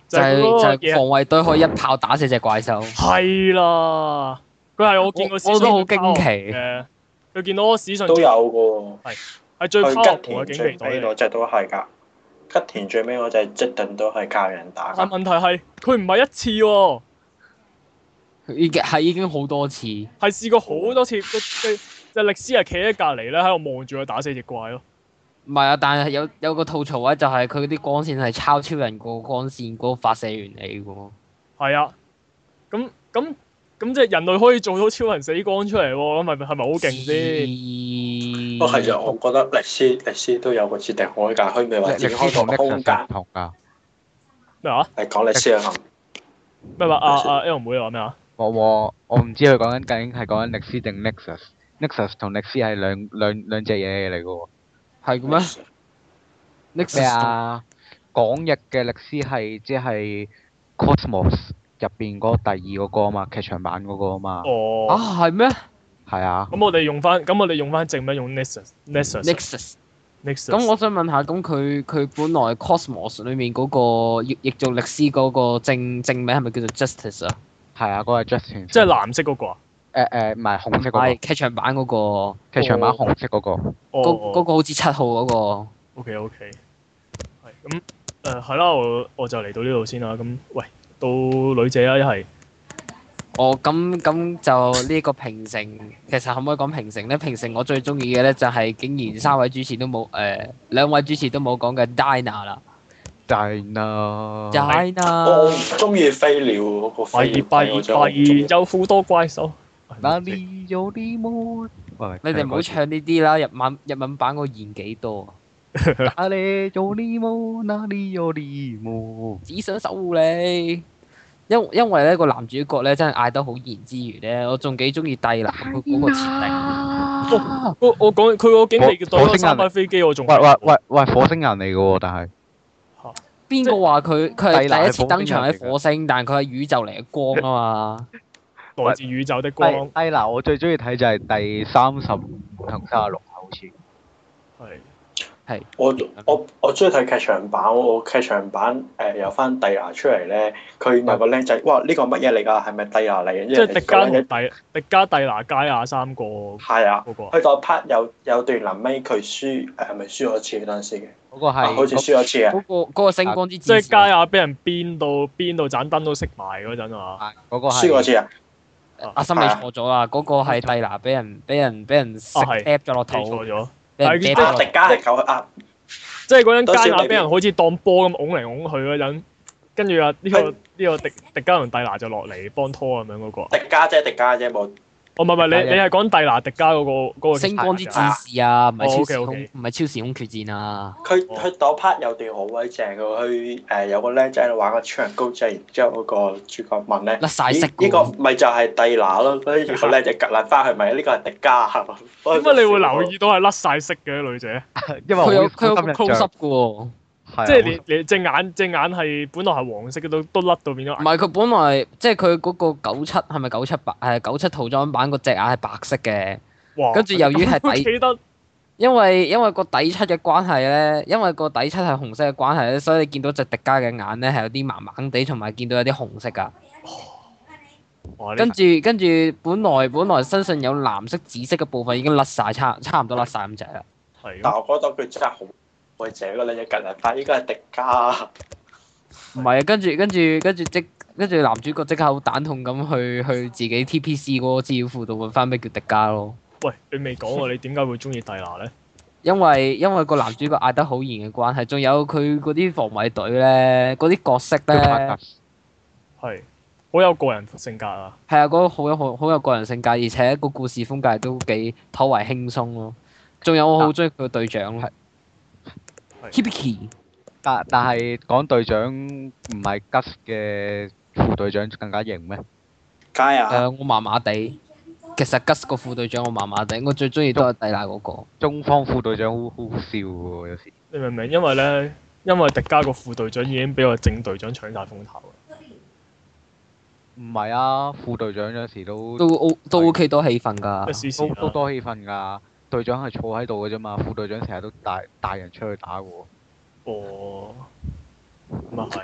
B: 就係
A: 係嗰個
B: 就係
A: 嘢
B: 防衛隊可以一炮打死隻怪獸。
A: 係啦，佢係我見過
B: 我
A: 史上
B: 我都好
A: 最
B: 驚奇
A: powerful 嘅，佢見到我史上
D: 都有嘅
A: 係最
D: 喎，去
A: powerful 嘅
D: 吉
A: 警
D: 田最
A: 備
D: 飛
A: 隊嚟，
D: 嗰只都係㗎。吉田最尾嗰隻即定都係教人打
A: 但問題係佢唔係一次喎、
B: 已經係已經好多次，
A: 係試過好多次，個隻隻力斯係企喺隔離咧，喺度望住佢打死只怪咯。
B: 唔係啊，但係有有個吐槽位啊就係佢啲光線係抄超人個光線嗰個發射原理嘅喎。
A: 係啊，咁咁咁即係人類可以做到超人死光出嚟喎，咁咪係咪好勁先？
B: 先
D: 不過其實我覺得歷史歷史都有個設定可以㗎，佢咪話自己開放空間
C: 唔。同㗎。
A: 咩話？
D: 係講歷史啊，
A: 咩話？啊啊 L 妹話咩話？
C: 我我我唔知佢講緊究竟係講緊歷史定 Nexus。Nexus 同歷史係兩兩兩隻嘢嚟嘅喎。
B: 係嘅咩？
C: 咩
B: Nexus
C: 啊？港譯嘅歷史係即係 Cosmos 入邊嗰第二嗰個啊嘛，劇場版嗰個啊嘛，
A: 哦。
B: 啊係咩
C: 係啊。
A: 咁我哋用翻，咁我哋用翻正名用 Nexus Nexus
B: ？Nexus。
A: Nexus。
B: 咁我想問下，咁佢佢本來 Cosmos 裏面嗰、個譯譯做歷史嗰個正正名係咪叫做 Justice 啊？
C: 係啊，嗰個係 Justin。
A: 即係藍色嗰個啊？
C: 誒誒，唔係紅色嗰
B: 係劇場版嗰、個，
C: 個，劇場版紅色嗰個。
A: 哦。
B: 嗰嗰、個好似七號嗰、個。
A: O K O K，係咁誒係啦，我我就嚟到呢度先啦。咁喂，到女仔啊啦，一係
B: 哦，咁咁就呢個平成，其實可唔可以講平成咧？平成我最中意嘅咧就係、竟然三位主持都冇誒、兩位主持都冇講嘅 Dina 啦
C: 但啦。哦
D: 我
B: ，Dina
D: 唔中意飛鳥嗰個
A: 拜
D: 飛
A: 二
D: 鳥
A: 拜
D: 我
A: 二拜
D: 真係好
A: 二
D: 唔中意
A: 有好多怪獸。
C: 哪裡有你們？喂
B: 你哋唔好。唱呢啲啦，日文日文版個言幾多啊？
C: 哪裡有你們？哪裡有你們？
B: 只想守護你。因因為咧個男主角咧真係嗌得好言之餘咧，我仲幾中意帝男嗰嗰個設定。
C: 哦
A: 我我講佢個經歷對
C: 火火
A: 咗
C: 星
A: 三
C: 人
A: 架飛機，我仲
C: 喂喂喂喂，火星人嚟嘅喎，但係
B: 邊個話佢佢係
C: 帝男係
B: 第一次登場喺
C: 火星人嚟㗎
B: 火星，但係佢係宇宙嚟嘅光啊嘛。
A: 來自宇宙的光
C: 低低嗱，我最中意睇就係第三十五同三十六啊好似。
A: 係
D: 我我我中意睇劇場版，我劇場版誒、有翻帝牙出嚟咧，佢問個僆仔：哇，呢個乜嘢嚟㗎？係咪帝牙嚟嘅？
A: 嗯即
D: 即
A: 係迪加同蒂迪加蒂拿加亞三個嗰
D: 係啊。
A: 個啊。
D: 佢個 part 有有段臨尾佢輸誒呃係咪輸咗次嗰陣時嘅？
C: 嗰個
D: 啊，好似
C: 係
D: 輸咗 次啊！
B: 嗰個嗰個星光之
A: 即
B: 戰
A: 係啊
B: 士
A: 加亞俾人鞭到鞭到盞燈都熄埋嗰陣啊！
C: 嗰個
D: 輸嗰
C: 係
D: 次啊！
B: 阿森你錯咗啦，嗰個係帝男俾人俾人俾人食
A: 啊哦係
B: tap 咗落
A: 記錯
B: 肚，
A: 咗，
B: 俾人
A: 係
B: tap
D: 啊，
B: 咗
D: 迪
B: 落
D: 加力狗啊！
A: 即係嗰陣加亞俾人好似當波咁拱嚟拱去嗰陣，跟住啊呢個呢個迪迪加同蒂拿就落嚟幫拖咁樣嗰個啊。
D: 迪加啫，迪加啫，冇
A: 哦，唔係唔係，你你係講蒂拿迪加嗰個嗰個
B: 星光之
A: 戰
B: 戰士啊，唔係超時
A: 哦
B: 空
A: ，OK，OK
B: 唔係超時空決戰啊。
D: 佢
A: 哦
D: 佢嗰 part 有段好鬼正嘅，佢誒有個僆仔喺度玩個超人高仔，然之後嗰個主角問咧：
B: 甩晒
D: 咦
B: 色
D: 呢個
B: 㗎
D: 咪就係蒂拿咯？跟住個僆仔趌撚翻去咪呢個係迪加。啊
A: 點
D: 點
A: 解你會
D: 啊
A: 留？意到係甩晒色嘅女仔？
B: 啊
C: 因為
B: 佢有
C: 我
B: 佢有個
C: 好深印
B: close
C: 象
B: up 嘅喎。
C: 係啊
A: 即係你你隻眼隻眼係本來係黃色嘅，都都甩到變咗啊
B: 唔
A: 銀。
B: 係佢本來即係佢嗰個九七係咪九七白係九七套裝版個隻眼係白色嘅，
A: 哇！
B: 跟住由於係
A: 我
B: 底，
A: 記得
B: 因為因為個底漆嘅關係咧，因為個底漆係紅色嘅關係咧，所以你見到隻迪迦嘅眼咧係有啲麻麻地，同埋見到有啲紅色啊㗎。
A: 哇！啊呢
B: 跟住跟住，本來本來身上有藍色、紫色嘅部分已經甩晒，差差唔多甩晒咁滯啦。
A: 係啊
D: 但
A: 咁
D: 我覺得佢真係好鬼正個僆仔趌撚翻，應該係迪加。啊
B: 唔係啊，跟住跟住跟住即跟住男主角即刻好蛋痛咁去去自己 TPC 嗰個資料庫度揾翻咩叫迪迦咯。
A: 喂，你未講喎，你點解會中意蒂娜咧？
B: 因為因為個男主角嗌得好嚴嘅關係，仲有佢嗰啲防衞隊咧，嗰啲角色咧，係
A: 係好有個人性格啊！
B: 啊，嗰個好有好好有個人性格，而且個故事風格都幾頗為輕鬆咯。仲有我好中意佢個隊長咯
A: 係
B: ，Hibiki
C: 但但係講隊長唔係吉嘅副隊長更加型咩？
D: 加啊！
B: 誒，我麻麻地。其實吉個副隊長我麻麻地，我最中意都係蒂娜嗰個。
C: 中方副隊長好好笑喎，有時
A: 你明唔明？因為咧，因為迪加個副隊長已經俾個正隊長搶晒風頭啊啦。
C: 唔係啊，副隊長有時都
B: 都 O 都 OK 多氣氛㗎
A: 咩。事事
C: 都都
A: 啊？
C: 多氣氛㗎。隊長係坐喺度嘅啫嘛，副隊長成日都帶帶人出去打嘅喎。
A: 哦，咁啊係。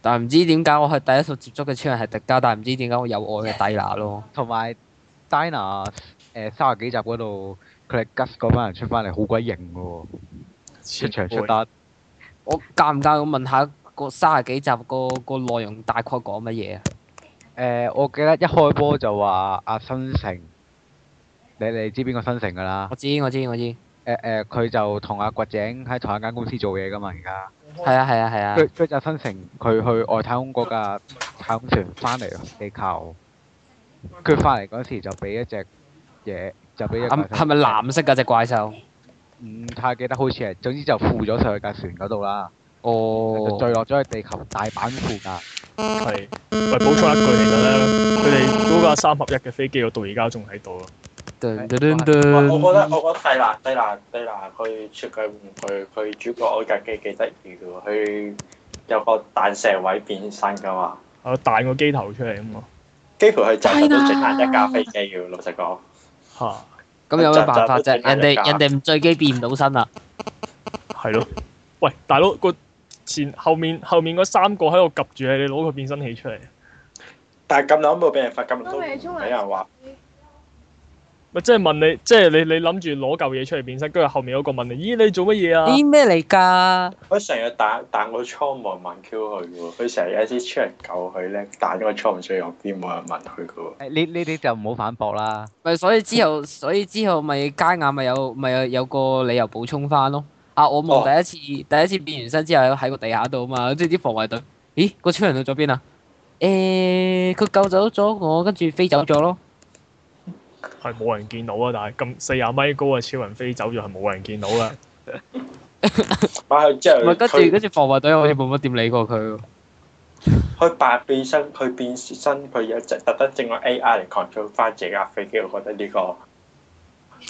B: 但係唔知點解我係第一套接觸嘅超人係迪迦，但係唔知點解我有愛嘅蒂娜咯。
C: 同埋 Dina 誒三十幾集嗰度，佢哋吉嗰班人出翻嚟好鬼型嘅喎，出場出得
B: 我介唔介意我問下個三十幾集個個內容大概講乜嘢啊？
C: 诶、呃我記得一開波就話阿新城，你你知邊個新城噶啦
B: 我？知我知我知，
C: 诶、诶，佢、就同阿掘井喺同一間公司做嘢噶嘛，而家。
B: 係啊係啊係啊，
C: 佢佢就新城，佢去外太空嗰架太空船翻嚟地球，佢翻嚟嗰時就俾一隻嘢，就俾一隻怪
B: 咁
C: 獸
B: 係咪藍色㗎只怪獸？
C: 唔太記得，好似係總之就附咗上去架船嗰度啦，就
B: 哦，
C: 墜落咗去地球大阪附近。
A: 係，喂，補充一句，其實咧，佢哋嗰架三合一嘅飛機，我到而家仲喺度咯。
B: 噔
C: 係
B: 噔噔
D: 我我覺得我覺得蒂娜蒂娜蒂娜佢設計玩具，佢主角嗰架機幾得意嘅喎，佢有個彈射位變身噶嘛，
A: 我啊彈個機頭出嚟咁嘛。
D: 幾乎係集集都整爛一架飛機嘅喎，老實講。
A: 嚇，
B: 咁有咩辦法啫？
D: 就就
B: 人哋人哋唔醉機變唔到身啦。
A: 係咯。喂，大佬個前後面後面嗰三個喺度及住你，你攞個變身器出嚟，
D: 但係咁耐都冇俾人發，咁耐都
F: 都未沖
D: 冇
F: 涼
D: 俾人話。
A: 咪即係問你，即係你你諗住攞嚿嘢出嚟變身，跟住後面嗰個問你，咦你做乜嘢啊？
B: 咦咩嚟㗎？
D: 佢成日彈彈個倉冇人問 Q 佢嘅喎，佢成日有啲超人救佢咧，彈咗個倉唔知有邊冇人問佢嘅喎。
C: 誒呢呢啲就唔好反駁啦。
B: 咪所以之後，所以之後咪佳雅咪有咪有有個理由補充翻咯。啊，我
D: 哦
B: 夢第一次、第一次變完身之後喺個地下度啊嘛，跟住啲防衞隊，咦個超人去咗邊啊？誒、佢救走咗我，跟住飛走咗咯。
A: 係冇人見到啊！但係咁四廿米高嘅超人飛走咗，係冇人見到噶。
D: 哇！佢之後
B: 唔係跟住
D: 佢
B: 跟住防衞隊好似冇乜點理過佢喎。
D: 佢扮變身，佢變身，佢有隻特登整個 AI 嚟 control 翻自己架飛機，我覺得呢、個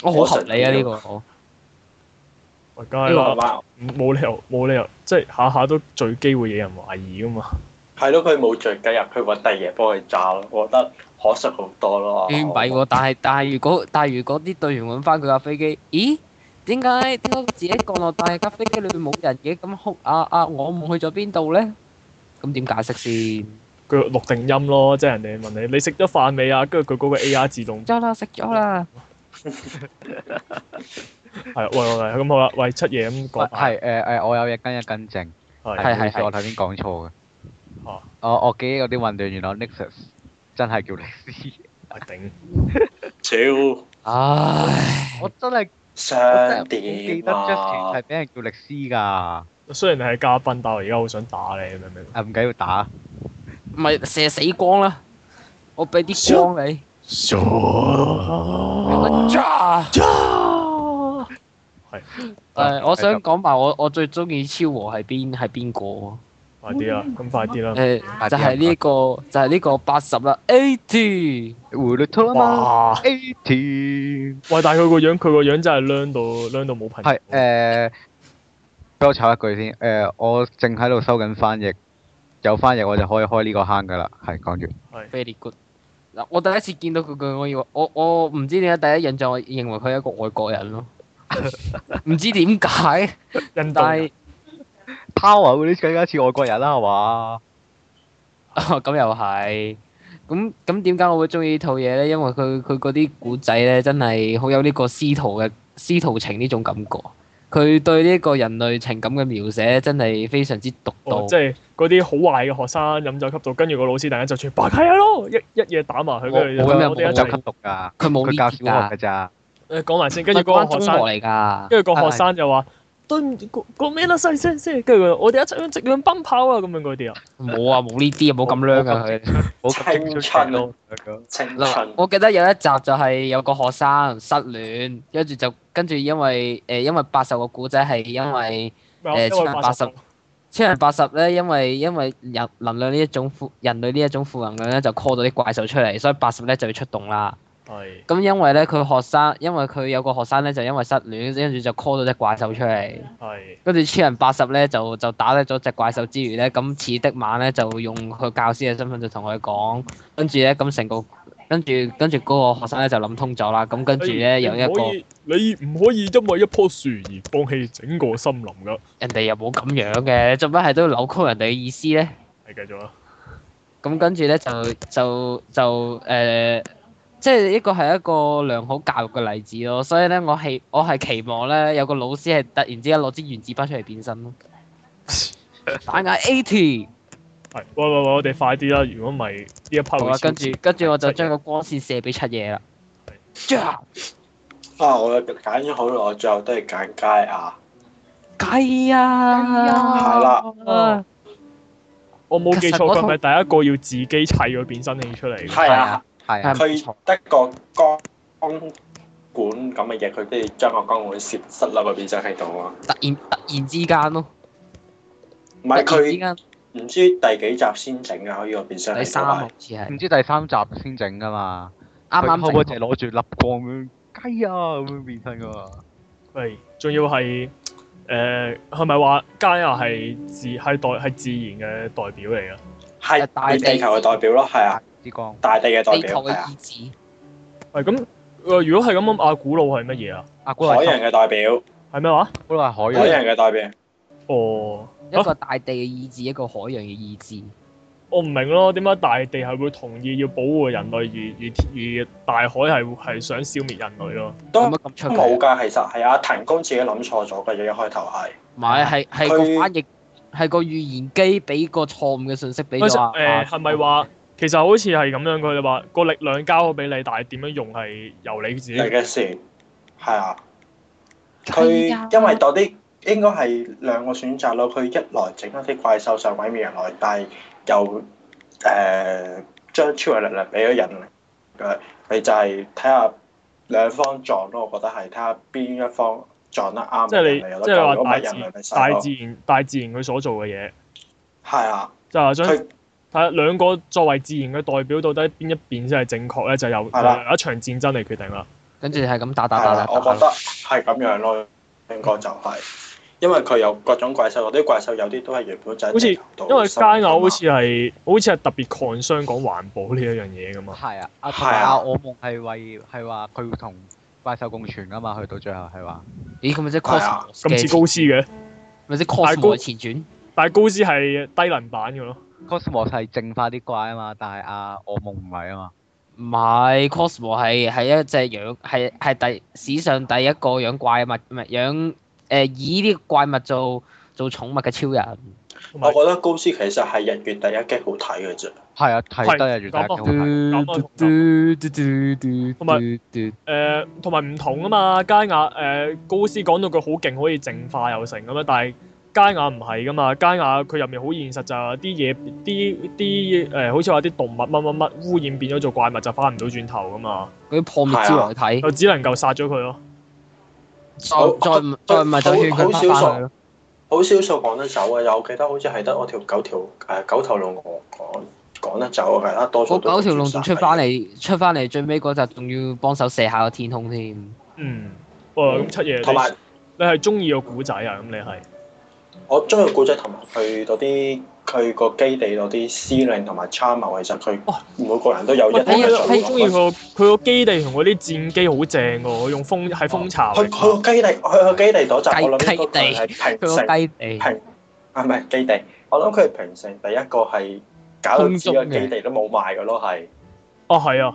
B: 我好合理啊呢、個，我
A: 喂，梗係
B: 呢個
A: 啦
D: 係，嘛？
A: 冇理由冇理由，即係下下都最機會惹人懷疑噶嘛。
D: 係咯，佢冇罪計入，佢揾第二嘢幫佢炸咯，我覺得可惜好多咯。
B: 已經弊喎。但係但係如果但係如果啲隊員揾翻佢架飛機，咦點解點解自己降落但係架飛機裏面冇人嘅？咁哭啊啊！我夢去咗邊度咧？咁點解釋先？
A: 佢錄定音咯，即係人哋問你你食咗飯未啊？跟住佢嗰個 A.R. 自 動
B: 咗啦，食咗啦。
A: 係喂喂喂，咁好啦，喂七嘢咁講埋
C: 係誒誒，我有嘢跟一跟正。
A: 係
B: 係
C: 係係係，我頭先講錯嘅。
A: 哦
C: 我我記憶有啲混亂，原來 Nexus 真係叫 Nexus。
A: 係頂
D: 超
B: 唉，
C: 我真係我真係
D: 想
C: 唔記
D: 點
C: 得 Justin
D: 啊
C: 係！俾人叫歷斯㗎。
A: 雖然你係嘉賓，但我而家好想打你，明唔 明？
C: 啊，唔緊要打。
B: 唔係射死光啦！我俾啲光你。
A: 傻
B: 誒，
A: 係
B: 我想講埋我我最中意超和係邊係邊個？
A: 快啲啦，咁快 啲
C: 嗯
A: 啦！
B: 誒，就係呢個就係呢個八十啦，eighty。
C: 葫蘆兔啊嘛
A: 哇！
C: ，eighty
A: 喂，但係佢個樣，佢個樣真係靚到靚到冇朋
C: 係
A: 友。
C: 誒。俾我炒一句先，誒、我正喺度收緊翻譯，有翻譯我就可以開呢個坑㗎啦。係講完。
B: very good。嗱，我第一次見到佢嘅，我以為我我唔知點解第一印象，我認為佢係一個外國人咯，唔知點解，
A: 印
B: 但
A: 度人
B: 係
C: Power 嗰啲更加似外國人啦，係嘛？
B: 咁又係。咁咁點解我會中意呢套嘢咧？因為佢佢嗰啲古仔咧，真係好有呢個師徒嘅師徒情呢種感覺。佢對呢個人類情感嘅描寫真係非常之獨
A: 哦
B: 到，
A: 即。係嗰啲好壞嘅學生飲酒吸毒，跟住個老師突然間就全白契咯，一一嘢打埋佢，跟住
B: 我
A: 就
B: 咁又
A: 我哋一
B: 冇
A: 齊
C: 吸毒㗎，
B: 佢冇
C: 佢
B: 呢
C: 教
B: 啲
C: 小學
B: 㗎
C: 㗎，咋。
A: 誒講埋先，跟住嗰
B: 關
A: 個學
B: 中
A: 生
B: 學。嚟㗎。
A: 跟住個
B: 係
A: 學生就話：對唔住，講講咩啦，細聲先。跟住佢話我哋一齊去直向奔跑啊，咁樣嗰啲啊。
B: 冇啊，冇呢啲啊，冇咁靚㗎佢。
C: 好咁青春咯，
D: 青
B: 嗱
D: 春，
B: 我記得有一集就係有個學生失戀，跟住就跟住因為誒、因為八十個古仔係因為
A: 咩啊因
B: 誒
A: 為
B: 超人
A: 八
B: 八
A: 十
B: 十超人八十咧，因為因為人能量呢一種負人類呢一種負能量咧，就 call 到啲怪獸出嚟，所以八十咧就要出動啦。
A: 係
B: 咁因為咧佢學生，因為佢有個學生咧就因為失戀，跟住就 call 到只怪獸出嚟，
A: 係
B: 跟住超人八十咧就就打低咗只怪獸之餘咧，咁似的晚咧就用佢教師嘅身份就同佢講，跟住咧咁成個跟住跟住嗰個學生咧就諗通咗啦，咁跟住咧
A: 你
B: 有一
A: 哎唔可
B: 個
A: 以你唔可以因為一棵樹而放棄整個森林㗎。
B: 人哋又冇咁樣嘅，做乜係都要扭曲人哋嘅意思咧？
A: 係繼續啊啦，
B: 咁跟住咧就就就誒、呃即係呢個係一個良好教育嘅例子咯。所以咧，我係我係期望咧有個老師係突然之間攞支原子筆出嚟變身咯。 打壓 eighty，
A: 係，喂喂喂，我哋快啲啦！如果唔係呢一 part
B: 好
A: 會
B: 啦，
A: 超
B: 跟住跟住我就將個光線射俾七嘢啦。
E: 呀，
D: 啊，我揀咗好耐，我最後都係揀啊佳亞。
B: 雞啊！
D: 係啦，
B: 啊
A: 我冇記錯，
B: 其實嗰
A: 佢
B: 套
A: 係咪第一個要自己砌咗變身器出嚟嘅？
D: 係啊，
C: 係
B: 係
C: 啊，
D: 佢得個光管咁嘅嘢，佢都要將個光管攝塞落個變身器度啊。
B: 突然突然之間咯，
D: 唔
B: 突
D: 係
B: 然之
D: 佢
B: 間
D: 唔知第幾集先整啊？呢個變身器
B: 第三好似係
D: 嗯
C: 唔知第三集先整噶嘛？
B: 啱
C: 佢開
B: 啱
C: 波
B: 整
C: 就攞住粒光咁樣雞啊咁樣變身噶嘛？
A: 係，仲要係誒係咪話佳亞係自係代係自然嘅代表嚟嘅？
D: 係係地球嘅代表咯，係啊，
C: 之光
D: 大地嘅代
B: 地
D: 表
B: 球
D: 係
B: 嘅
D: 啊
B: 意，志，
A: 係咁誒，如果係咁咁，阿古魯係乜嘢啊？
C: 阿古
D: 海
C: 係
D: 洋嘅代表，
A: 係咩話？
C: 古係海洋
D: 海。洋嘅代表。
A: 哦，
B: 一個大地嘅意志，一個海洋嘅意志。
A: 我唔明咯，點解大地係會同意要保護人類，而而而大海係係想消滅人類咯？
D: 都
B: 有乜咁出奇啊
D: 冇㗎，其實係啊，騰公自己諗錯咗嘅，一開頭係。
B: 唔係，係係個
D: 佢
B: 翻譯，係個預言機俾個錯誤嘅信息俾
A: 嗰時
B: 咗啊。啊
A: 誒係咪？話其實好似係咁樣？佢哋話個力量交咗俾你，但係點樣用係由你自己
D: 你嘅事係啊，佢因為多啲應該係兩個選擇咯。佢一來整一啲怪獸上毀滅人類，但係又誒、呃、將超人力量俾咗人類嘅，你就係睇下兩方撞咯。我覺得係睇下邊一方撞得啱
A: 即係你
D: 人類有得
A: 即係你話
D: 救如果唔係
A: 大自
D: 人類咪死
A: 大
D: 咯
A: 自然大自然佢所做嘅嘢，
D: 係啊，
A: 就係想
D: 佢
A: 睇下兩個作為自然嘅代表，到底邊一邊先係正確咧？就由由呃
D: 係啦
A: 一場戰爭嚟決定啦。
B: 跟住係啊咁打打
D: 係
B: 打
D: 啦
B: 打，
D: 我
B: 打
D: 覺得係咁樣咯，應該就係、因為佢有各種怪獸，嗰啲怪獸有啲都係原本就係
A: 好似
D: 地球度
A: 因為
D: 生活
A: 佳
D: 㗎
A: 偶
D: 嘛
A: 好似係好似係特別 concern 講環保呢一樣嘢噶嘛。
C: 係啊，阿
D: 係啊
C: 阿我夢係為係話佢會同怪獸共存噶嘛，去到最後係話
B: 咦，咁咪即係
D: 係啊
B: cos
A: 咁似高斯嘅，
B: 咪即係
A: 但係高
B: cos 嘅前傳。
A: 但係高斯係低能版嘅咯。
C: Cosmo 係淨化啲怪啊嘛，但係阿我夢唔係啊嘛，
B: 唔係 Cosmo 係係一隻養係係第史上第一個養怪物唔係養誒以呢個怪物做做寵物嘅超人，
D: 哦我覺得高斯其實係日月第一擊好睇嘅啫，
C: 係啊，睇得日月大
A: 係
C: 好
A: 咁
C: 睇，
A: 啊同埋誒
B: 同
A: 同埋唔同啊嘛，佳雅誒、呃高斯講到佢好勁，可以淨化又成咁樣，但係佳雅唔係噶嘛，佳雅佢入面好現實就係啲嘢啲啲誒，好似話啲動物乜乜乜污染變咗做怪物就翻唔到轉頭噶嘛，
B: 嗰啲破滅之來體，
D: 嗯
A: 就只能夠殺咗佢咯。
B: 再再唔再唔係就勸佢翻返去咯。
D: 好少數講得走嘅，有我記得好似係得我條九條誒、九頭龍我講講得走係啦，多數
B: 嗰
D: 都
B: 九條龍仲出翻
D: 嚟，
B: 嚟，出翻嚟最尾嗰集仲要幫手射下個天空添。
A: 嗯，哇咁七爺
D: 同埋
A: 你你係中意個古仔啊？咁你係
D: 我中意古仔同埋佢嗰啲佢個基地嗰啲司令同埋參謀，其實佢
B: 哦
A: 哇
D: 每個人都有一
A: 喂
D: 定
A: 我
D: 嘅
A: 好
D: 數
A: 中意
D: 量。
A: 佢個佢個基地同嗰啲戰機好正喎，佢用風係風巢嚟啊
D: 佢
A: 㗎
D: 佢個基地佢個基地嗰集，
B: 雞
D: 我諗應該
B: 雞
D: 佢係
B: 佢
D: 平
B: 個
D: 成
B: 雞地
D: 平啊，唔係基地，我諗佢係平成第一個係搞到
B: 空
D: 自己
B: 中
D: 個
B: 嘅
D: 基地都冇賣嘅咯，係
A: 哦係啊，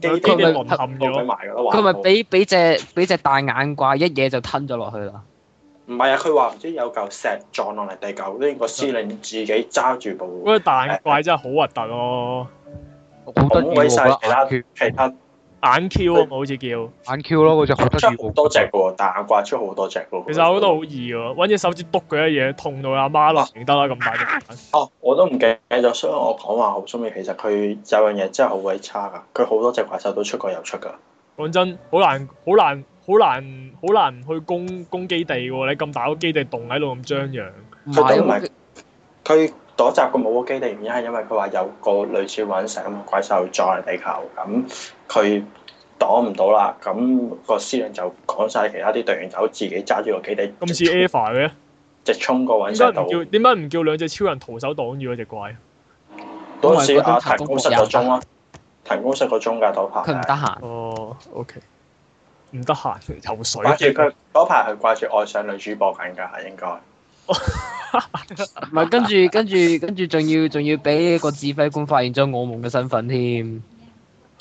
D: 基地
A: 佢
B: 咪
D: 都
A: 淪陷
D: 冇俾
A: 咗，
D: 賣嘅咯，
B: 佢咪
D: 話
B: 俾俾隻俾隻大眼怪一嘢就吞咗落去啦。
D: 唔係啊，佢話唔知有嚿石撞落嚟地球，跟住個司令自己揸住部
A: 嗰個大怪真係好核突咯，
C: 好得
D: 拱
C: 意
D: 鬼晒
C: 喎，
D: 其他
C: 眼 Q
D: 其他
A: 眼 Q 啊嘛，好似叫。
C: 眼 Q 咯，嗰只好得
D: 出
C: 意
D: 好多隻
C: 喎，
D: 嘅喎，大眼怪出好多隻嘅喎。
A: 其實我覺得好易喎，揾隻手指篤佢一嘢，痛到阿媽落唔得啦，咁大隻眼。
D: 哦，我都唔記得咗，所以我講話好中意。其實佢有樣嘢真係好鬼差㗎，佢好多隻怪獸都出過又出㗎。
A: 講真，好難，好難，好難，好難去攻攻基地喎！你咁大個基地棟喺度咁張揚，
B: 唔
D: 佢都唔
B: 係
D: 係佢嗰集個冇個基地原因係因為佢話有個類似隕石咁嘅怪獸撞嚟地球，咁佢擋唔到啦，咁、個司令就趕晒其他啲隊員走，自己揸住個基地
A: 咁 似 Eva 嘅，
D: 直衝過
A: 點
D: 隕
A: 解
D: 石
A: 唔叫
D: 度。
A: 點解唔叫兩隻超人徒手擋住嗰只怪？啊
D: 嗰陣時阿騰公失個鐘啦，騰公失個鐘㗎嗰
B: 佢唔得。
D: 排
B: 閒，
A: 哦，OK，唔得閒游水。
D: 掛住佢嗰排佢掛住愛上女主播緊㗎，應該。哦
B: 唔係 跟住跟住跟住仲要仲要俾個指揮官發現咗我夢嘅身份添，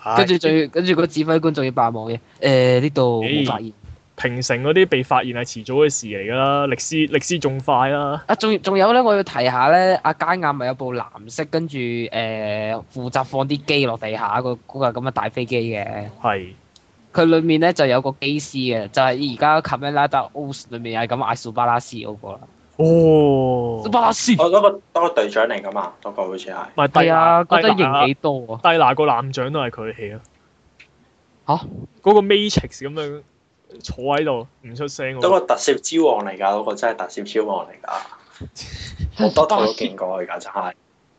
A: 唉
B: 跟住仲要跟住個指揮官仲要扮忙嘅，誒呢度冇發現，
A: 平成嗰啲被發現係遲早嘅事嚟㗎啦，歷史歷史仲快啦。
B: 啊，仲仲有咧，我要提下咧，阿佳亞咪有部藍色，跟住誒、呃、負責放啲機落地下個嗰架咁嘅大飛機嘅。
A: 係
B: 佢裡面咧就有個機師嘅，就係而家《卡梅拉達 O》裏面係咁嗌蘇巴拉斯嗰個啦。啊
A: 哦
B: 蘇，巴拉斯
D: 我嗰個嗰個隊長嚟噶嘛，嗰個好似係。
A: 唔係
B: 係啊，覺得
A: 低
B: 型
A: 拿
B: 幾多啊！
A: 低拿個艦長都係佢起啊。
B: 吓
A: 嗰個 Matrix 咁樣坐喺度唔出聲
D: 嗰
A: 喎。
D: 個特攝之王嚟㗎，嗰個真係特攝之王嚟㗎，好哦多套都見過佢㗎，真係。
B: 蘇哎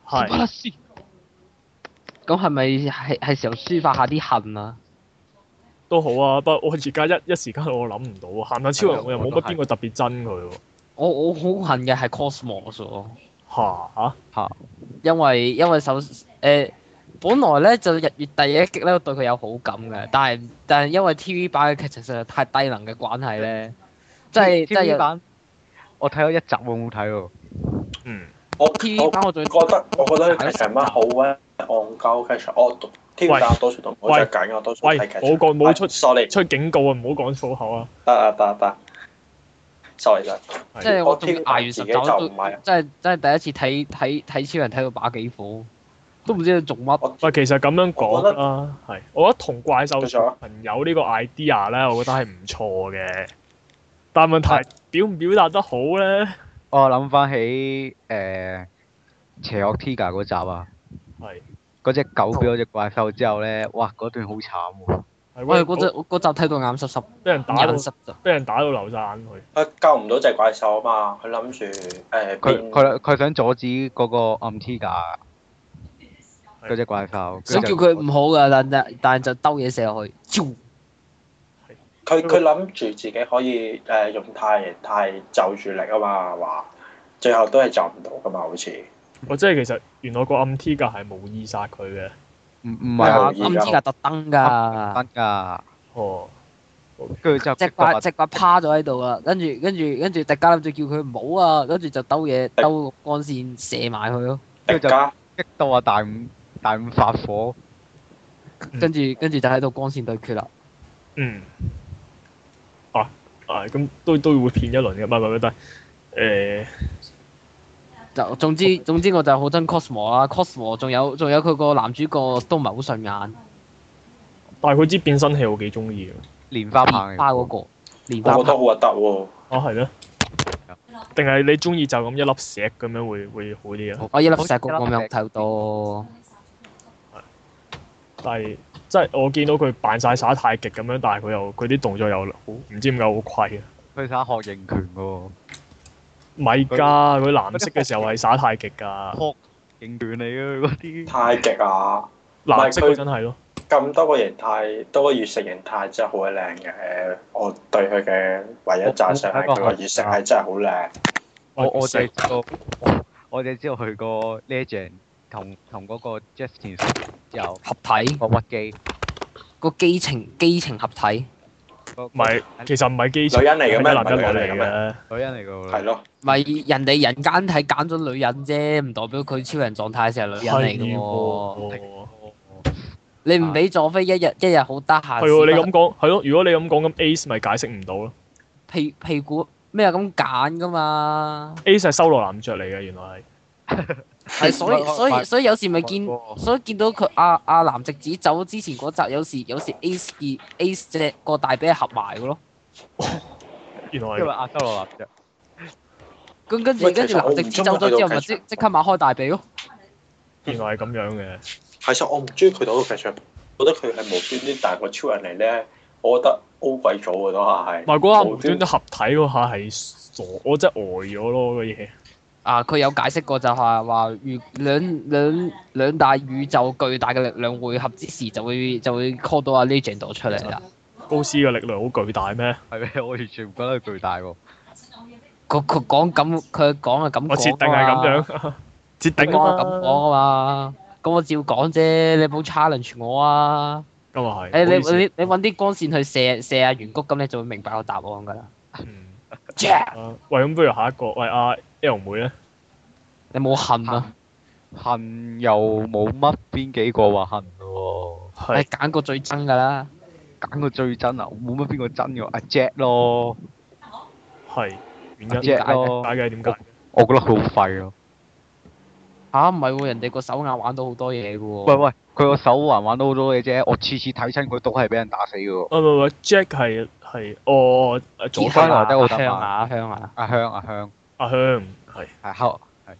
B: 巴
A: 係
B: 拉斯。咁係咪係係時候抒發下啲恨啊？
A: 都好啊，不過我而家一一時間我諗唔到啊，鹹蛋超人我又冇乜邊個特別憎佢喎。
B: 我我好恨嘅係 Cosmos 喎。
A: 嚇
B: 因為因為首誒、本來咧就日月第一擊咧，我對佢有好感嘅，但係但係因為 TV 版嘅劇情實在太低能嘅關係咧，即係即係
C: TV
B: 有
C: 版我睇咗一集，我冇睇喎。
A: 嗯，
D: 我
B: TV
D: 我
B: 版我仲
D: 覺得我覺得佢劇情乜好啊，戇鳩劇情，我天打多數都唔好
A: 喂
D: 再緊，我多數
A: 喂
D: 睇劇情。
A: 冇講冇出
D: 哎，sorry，
A: 出警告啊，唔好講粗口啊。
D: 得啊得啊得啊，sorry 啦，
B: 即係我仲要
D: TV
B: 捱
D: 版
B: 完十
D: 自
B: 集
D: 己就
B: 都
D: 唔係啊
B: 真係真係第一次睇睇睇超人睇到把幾火，都唔知佢做乜。
D: 我
A: 喂，其實咁樣
D: 我覺
A: 講
D: 得
A: 啦，係，我覺得同怪獸
D: 繼續啊
A: 朋友呢個 idea 咧，我覺得係唔錯嘅。但問題表唔表達得好咧，
C: 我諗翻起誒邪惡 Tiga 嗰集啊，
A: 係
C: 嗰只狗俾嗰只怪獸之後咧，哇！嗰段好慘喎。
A: 係
B: 我
A: 喂
B: 哋嗰集嗰集睇到眼濕濕，
A: 俾人打到
B: 眼濕濕。
A: 俾人打到流晒眼淚。
D: 佢救唔到隻怪獸啊嘛，佢諗住誒
C: 佢
D: 變
C: 佢佢想阻止嗰個暗 Tiga
A: 係
C: 嗰只怪獸，
B: 想叫佢唔好㗎，但但但係就兜嘢射落去，超
D: 佢佢諗住自己可以誒、呃用太太就住力啊嘛，話最後都係就唔到噶嘛，好似
A: 我即係其實原來個暗 T 格係無意殺佢嘅。
C: 唔唔
B: 係啊！
C: 係
D: 係
B: 暗之㗎特登㗎。
C: 真㗎，
A: 哦，
C: 跟住就
B: 只
C: 逼到
B: 怪只怪趴咗喺度啦，跟住跟住跟住，迪迦諗住叫佢唔好啊，跟住就兜嘢兜個光線射埋佢咯，
D: 迪
C: 跟住就
D: 迦
C: 激到啊大五大五發火，
A: 嗯
B: 跟住跟住就喺度光線對決啦。
A: 嗯，啊啊，咁都都會騙一輪嘅，唔係唔係，但係誒
B: 就總之總之我就好憎 Cosmo 啦，Cosmo 仲有仲有佢個男主角都唔係好順眼，
A: 但係佢支變身器我幾中意嘅。
C: 蓮花棒
B: 蓮
C: 嚟
B: 花嗰個蓮花
D: 我覺得
B: 棒
D: 好核突喎，
A: 啊，係咧。定係你中意就咁一粒石咁樣會會好啲啊？
B: 我一粒石嗰個我有睇到，
A: 但係即係我見到佢扮晒耍太極咁樣，但係佢又佢啲動作又好唔知點解好虧啊！
C: 佢耍學形拳喎，
A: 咪㗎，佢藍色嘅時候係耍太極㗎，
C: 學形拳嚟啊嗰 啲。
D: 太極啊，
A: 藍色
D: 唔係
A: 嗰
D: 佢
A: 陣係咯，
D: 咁多個形態，多個月食形態真係好鬼靚嘅，我對佢嘅唯一讚賞係佢個月食係真係好靚，
C: 我我
A: 色
C: 哋知道，我我哋知道佢個 legend 同同嗰個 Justin 之後
B: 合體
C: 個屈機，
B: 個基情基情合體，
C: 唔
A: 唔係其實唔係基
D: 女人嚟嘅
A: 係
D: 咩
A: 一男一
D: 唔係
A: 女
D: 女人嚟嘅
A: 嚟
D: 咩
A: 嘅，
C: 女人嚟㗎
D: 係
C: 喎，
D: 咯，
B: 咪人哋人間體揀咗女人啫，唔代表佢超人狀態成係女人嚟嘅
A: 係
B: 喎。
A: 喎。
B: 你唔俾佐飛一日一日好得閒，
A: 係喎，你咁講係咯。如果你咁講，咁 Ace 咪解釋唔到咯。
B: 屁屁股咩咁揀噶嘛？
A: Ace 係修羅男爵嚟嘅，原來係
B: 係所以
C: 唔係
B: 所
C: 唔
B: 以
C: 係
B: 所以有時咪見
C: 唔，係
B: 所以見到佢阿阿藍直子走之前嗰集，有時有時 Ace 二 Ace 只個大髀係合埋嘅咯。
A: 原來
C: 因
A: 係
C: 為阿修羅立啫，
B: 咁跟住
D: 喂
B: 跟住
D: 其實我唔
B: 藍直子走咗之後，咪
D: 中意佢
B: 即
D: 到
B: 即刻擘開大髀咯。
A: 原來係咁樣嘅。
D: 其實我唔中意佢嗰個劇情，覺得佢係無端端大個超人嚟咧，我覺得 O 鬼咗嘅都係
A: 唔，係嗰下
D: 無
A: 無端
D: 端
A: 端合體嗰下係傻，我真係呆咗咯個嘢。
B: 啊，佢有解釋過就係話，如兩兩兩大宇宙巨大嘅力量匯合之時，就會就會 call 到阿 Legend 出嚟啦。
A: 高斯嘅力量好巨大咩？
C: 係咩？我完全唔覺得佢巨大喎，
B: 佢佢講咁，佢講係咁講
A: 我設定係
B: 啊嘛
A: 咁樣， 設
B: 你
A: 定
B: 講係咁
A: 啊嘛。
B: 講啊嘛，咁我照講啫，你冇 challenge 我啊！
A: 咁啊係。
B: 誒，你
A: 唔好意思
B: 你你揾啲光線去射射下圓谷，咁你就會明白個答案㗎啦。
A: 嗯
E: Yeah
A: 啊喂，咁不如下一個，喂阿 L 妹咧，
B: 你冇恨啊？
C: 恨又冇乜邊幾個話恨喎，
B: 你
A: 係
B: 揀個最憎㗎啦。
C: 揀個最真啊，冇乜邊個真嘅，阿 Jack 咯，
A: 係原
C: 阿
A: 因
B: 點
C: Jack
B: 解呢
A: 點
C: 咯，
A: 解嘅？點解嘅？
C: 我覺得佢好廢咯。
B: 吓唔係喎，人哋個手眼玩到好多嘢嘅喎。
C: 喂喂，佢個手環玩到好多嘢啫，我次次睇親佢都係俾人打死嘅喎。
A: 啊唔唔唔，Jack 係係哦哦左
C: 翻
A: 翻
C: 嚟得好得
B: 香
C: 嘛
B: 啊香啊，
C: 阿香阿香
A: 阿香係
C: 係後係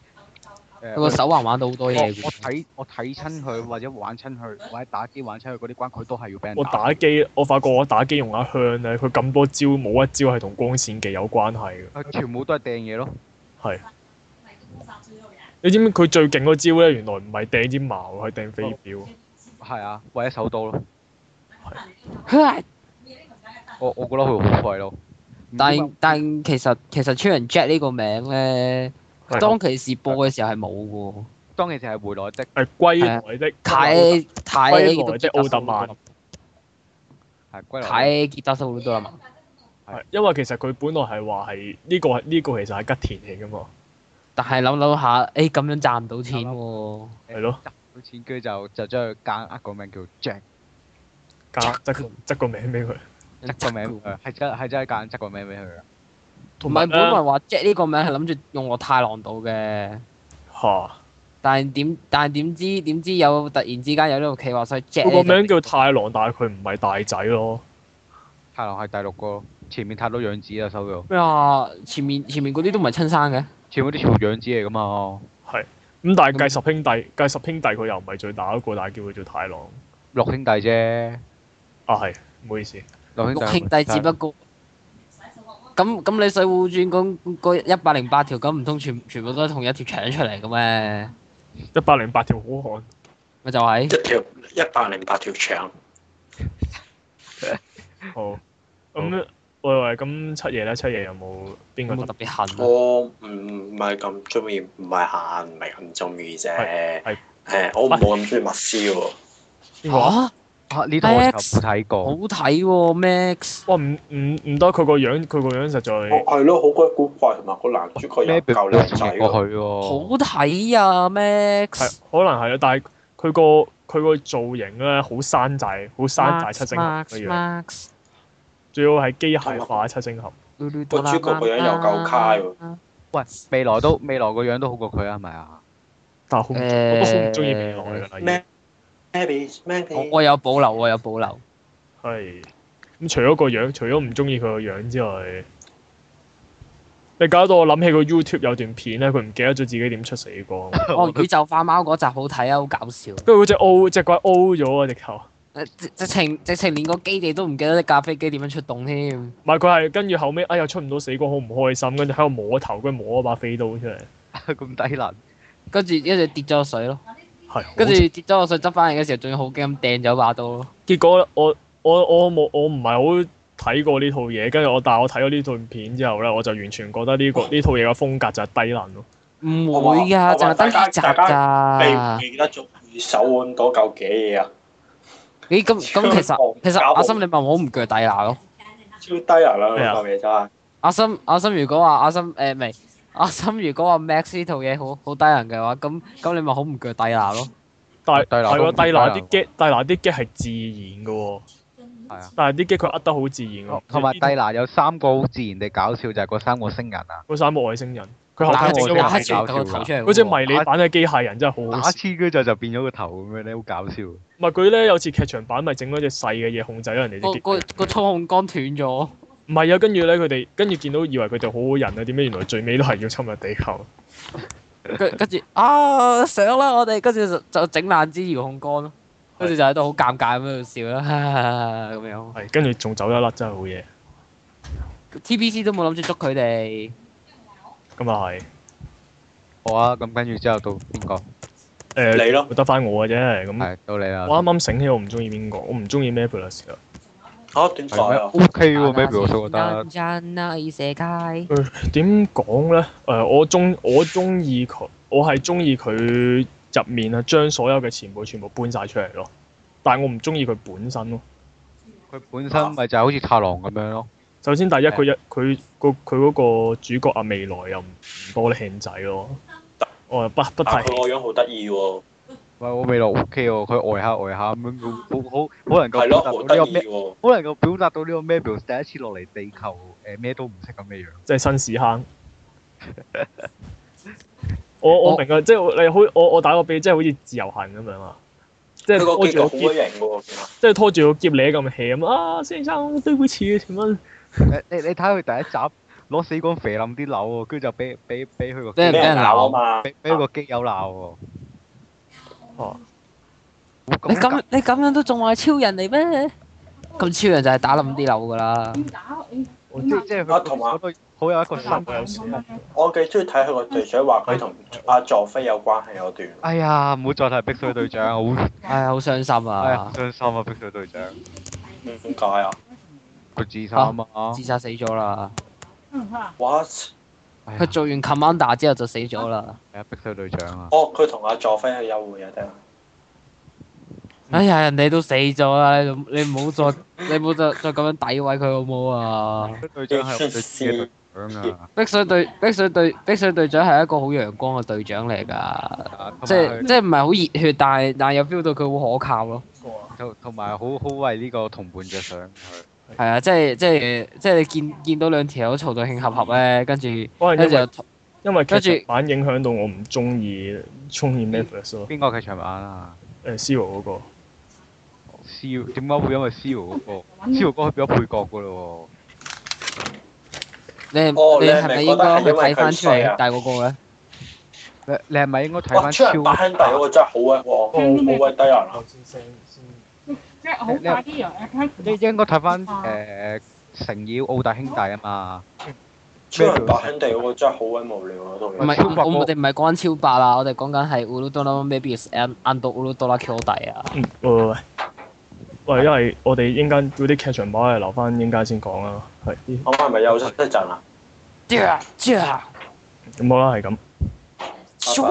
B: 佢
C: 誒
B: 個手環玩到好多
C: 我
B: 嘢
C: 我
B: 嘅喎。
C: 睇我睇親佢或者玩親佢或者打機玩親佢嗰啲關，佢都係要俾人
A: 我
C: 打。
A: 打機，我發覺我打機用阿香咧，佢咁多招冇一招係同光線技有關係嘅。
C: 佢全部都係掟嘢咯，
A: 係你知唔知佢最勁嗰招咧？原來唔係掟支矛，係掟飛鏢。
C: 係啊，或者手刀咯。
E: 佢系
C: 我我覺得佢好廢咯。唔知點
B: 但
C: 解
B: 但其實其實 t r a n Jack 呢個名咧，
A: 係哦
B: 當其時播嘅時候係冇嘅喎。
C: 當其時係回來的，
A: 係啊歸來的
B: 太太
A: 歸
B: 傑
A: 來的
B: 德
A: 奧特曼，
C: 係歸來
B: 太傑德蘇魯多啦啊嘛。
A: 係因為其實佢本來係話係呢個係呢個其實係吉田嚟噶嘛，
B: 但係諗諗下，誒、咁樣賺唔到錢喎、
A: 係咯，
C: 執到錢，跟住就就將佢間呃個名叫 Jack，
A: 加執執個名俾佢。
C: 執個名俾佢係真係真係間執個名俾佢啊！
A: 同
B: 同埋
A: 埋呃
B: 本來
A: 咧
B: 話 Jack 呢個名係諗住用落太郎度嘅，
A: 嚇，
B: 但係點但係點知點知有突然之間有呢個企劃，所以 Jack
A: 佢個
B: 呢
A: 名
B: 就
A: 叫太郎，但係佢唔係大仔咯。
C: 太郎係第六個咯，前面太多養子啦收咗，
B: 咩啊？前面前面嗰啲都唔係親生嘅，
C: 前面啲全部養子嚟噶嘛，
A: 咁但係計十兄弟，計十兄弟佢又唔係最大嗰個，但係叫佢做太郎。
C: 六兄弟啫，
A: 啊係，唔好意思。
C: 六兄
B: 六
C: 弟
B: 兄弟只不過咁咁你水滸傳嗰嗰一百零八條咁唔通全全部都係同一條腸出嚟嘅咩？
A: 一百零八條好漢，
B: 咪就係、
D: 一條一百零八條腸，
A: 好。咁喂喂，咁七爺咧，七爺有冇邊
B: 有
A: 個
B: 冇
A: 特
B: 特別恨啊？
D: 我唔唔係咁中意，唔係閒，唔係咁中意啫。
A: 係
D: 誒，我唔冇咁中意麥斯喎。
A: 邊個？
B: 嚇！
C: 啊呢套我就冇睇
B: 哎好
C: 過，
B: 睇喎 Max，
A: 哇！唔唔唔得，佢個樣，佢個樣實
D: 哦
A: 在
D: 係咯，好鬼古怪，同埋個男主角又
C: 咩
D: 唔
C: 表
D: 夠
C: 表
D: 靚
C: 情
D: 仔
C: 越過
D: 喎。
C: 佢喎，
B: 好睇啊 Max。
A: 哦係可能係啊，但係佢個佢個造型咧好山寨，好山寨七星俠嘅樣，
B: Max，
A: 最好係機械化七星俠。
B: 個主
D: 個主角個樣又夠卡喎。
C: 未來都未來個樣都好過佢啊，係咪啊？
A: 但係好唔
B: 誒
A: 我都好唔中意未來啊㗎啦已經。
D: 咩咩比咩比？
B: 我我有保留，我有保 留。
A: 係咁，除咗個樣，除咗唔中意佢個樣之外，你搞到我諗起個 YouTube 有段片咧，佢唔記得咗自己點出死 光，
B: 哦，宇宙化貓嗰集好睇啊，好搞笑。
A: 跟住嗰只 O 只鬼 O 咗啊！直頭，
B: 誒直直情直情連個基地都唔記得架飛機點樣出動添。
A: 唔係佢係跟住後尾，哎呀出唔到死光，好唔開心，跟住喺度摸頭，跟住摸把飛刀出嚟，
C: 咁低能，
B: 跟住一直跌咗落水咯，
A: 係
B: 跟住跌咗落水執翻嚟嘅時候，仲要好驚咁掟咗把刀咯。
A: 結果我我我冇我唔係好睇過呢套嘢，跟住我但係我睇咗呢段片之後咧，我就完全覺得呢、個呢套嘢嘅風格就係低能咯。
B: 唔會
D: 我
B: 㗎，
D: 話
B: 淨係得呢集
D: 大你唔
B: 㗎。
D: 記得咗佢手腕嗰嚿嘅嘢啊？
B: 咦咁咁其實其實阿森你咪好唔鋸底拿咯。
D: 超低能
A: 係
D: 啦
A: 啊
D: 嗰嚿嘢真係。
B: 阿森阿森如果話阿森誒唔係阿森如果話 Max 呢套嘢好好低能嘅話，咁咁你咪好唔鋸低拿咯。
A: 但係
C: 低能
A: 係
C: 都
A: 喎，
C: 唔低
A: 低
C: 能
A: 拿啲 get，低拿啲 get 係自然嘅喎，
C: 係啊，
A: 但係啲 get 佢呃得好自然
B: 哦
A: 喎。
C: 哦同埋
A: 呢
C: 低能有三個好自然地搞笑就係嗰三個星人啊。
A: 嗰三個外星人，佢後
B: 打
A: 排
B: 住
A: 整咗個
B: 打
C: 個
A: 迷
B: 住
A: 你
B: 個頭出嚟喎。
A: 嗰隻迷你版嘅機械人真係好好
C: 打
A: 笑。
C: 黐佢就就變咗個頭咁樣咧，好搞笑。
A: 唔係佢咧有次劇場版咪整咗隻細嘅嘢控制咗人哋
B: 個
A: 啲 get。
B: 個個操控杆斷咗，
A: 唔係啊，跟住咧佢哋跟住見到以為佢哋好好人啊，點解原來最尾都係要侵略地球？
B: 跟跟住啊上啦我哋，跟住就就整爛支遙控杆咯，跟住就喺度好尷尬咁喺度笑啦，咁樣。
A: 係跟住仲走得甩真係好嘢，
B: TBC 都冇諗住捉佢哋，
A: 咁啊係。
C: 好啊，咁跟住之後到邊個？
A: 誒
D: 你咯
A: 得翻我嘅啫。
B: 嗯
A: 咁
C: 係到你啦。
D: 啊
A: 我啱啱醒起，我唔中意邊個，我唔中意 m a p l e s 啊。
D: 嚇點解
C: 係咩
D: 啊？
C: ？O K 喎，maybe 我都覺得。
B: 人啊，異世界。
A: 點講咧？誒、我中我中意佢，我係中意佢入面啊，將所有嘅前輩全部搬晒出嚟咯。但係我唔中意佢本身咯。
C: 佢本身咪就係好似太郎咁樣咯，
A: 首先第一，佢一佢個佢嗰個主角啊，未來又唔唔多靚仔咯。我又不不
D: 但
A: 太
D: 係佢個樣好得意喎，
C: 喂，我未落 O K 喎，佢呆下呆下咁樣，好好好能夠
D: 係
C: 表
D: 咯，
C: 達
D: 好
C: 到呢
D: 得
C: 個
D: 意
C: 咩？
D: 喎。
C: 好能夠表達到呢個咩表？第一次落嚟地球，誒咩都唔識咁嘅樣。
A: 即係新屎 坑。我我
B: 我
A: 明啊，即係你好，我我打個比，即係好似自由行咁樣啊，即係
D: 佢個
A: 拖
D: 結局
A: 住
D: 好
A: 個
D: 鬼
A: 結，
D: 型嘅喎，其實
A: 即係拖住個結你咁 hea 咁啊，先生對唔起啊，請問
C: 誒你你睇佢第一集攞死光肥冧啲樓喎，跟住就俾俾俾佢個
B: 俾
D: 俾
B: 人
D: 人鬧啊
B: 鬧
D: 嘛。
C: 俾俾個基友鬧 Ờ.
A: 哦，
C: 喎。
B: 你咁你咁樣都仲話超人嚟咩？咁超人就係打冧啲樓㗎啦。
A: 我
C: 即即係
D: 啊
C: 佢
D: 同埋
C: 佢好有一個神。
D: 我幾中意睇佢個隊長話佢同阿佐菲有關係嗰段。
C: 哎呀，唔好再睇碧水隊長，好
B: 唉，好傷心
C: 哎呀好
B: 啊！
C: 傷心啊！碧水隊長
D: 嗯點解啊
C: 佢自殺啊嘛。
B: 自殺死咗啦。嗯
D: ？What？
C: 哎呀
B: 佢做完 Commander 之後就死咗啦。
C: 係啊，碧水隊長啊。
D: 哦，佢同阿佐菲去幽會啊，定係
B: 哎呀，人哋都死咗啦，你唔你唔好再你唔好再再咁樣詆毀佢好唔好啊？
C: 碧水隊長係我最中意嘅隊長啊。
B: 碧水隊碧水隊碧水隊長係一個好陽光嘅隊長嚟㗎，
C: 啊
B: 即
C: 同埋佢
B: 係即係唔係好熱血，但係但係又 feel 到佢好可靠咯。
C: 同同埋好好為呢個同伴着想佢。
B: 係啊，即係即係即係你見見到兩條友嘈到興合合咧，跟住
A: 可能
B: 跟
A: 因
B: 住
A: 為
B: 又
A: 因為劇
B: 跟住
A: 場版影響到我唔中意中意 Netflix 咯，
C: 邊個劇場版啊
B: 嗯
A: 誒 Zero 嗰個，
C: ？C 點解會因為 C 嗰個 C 哥佢變咗配角噶咯
B: 你
D: 哦
B: 你
D: 你係
B: 係咪
D: 咪覺
B: 應
D: 得
B: 該
D: 係因為
B: 睇翻
D: 佢
B: 出嚟
D: 衰啊
B: 大嗰個咧？
C: 喎？你你係咪應該睇啊
D: 哇！
C: 翻
D: 超人
C: 超
D: 八兄弟嗰個真係好鬼旺，好鬼低能啊！
A: 先聲先，
C: 即係應該睇翻誒成妖奧大兄弟啊嘛？
D: 超人八兄弟嗰個真係好鬼無聊啊！嗰
B: 唔
D: 度
B: 係，
C: 超白嗰個
B: 我我哋唔係講緊超白啊，我哋講緊係 Uludona maybe is an under Uludona k y o d i 啊。
A: 嗯喂喂喂，喂，因為我哋應間嗰啲劇場版係留翻應間先講啦，係
D: 我係咪休息一陣啊？
B: Yeah yeah，
A: 咁好啦，係咁。
D: 拜拜。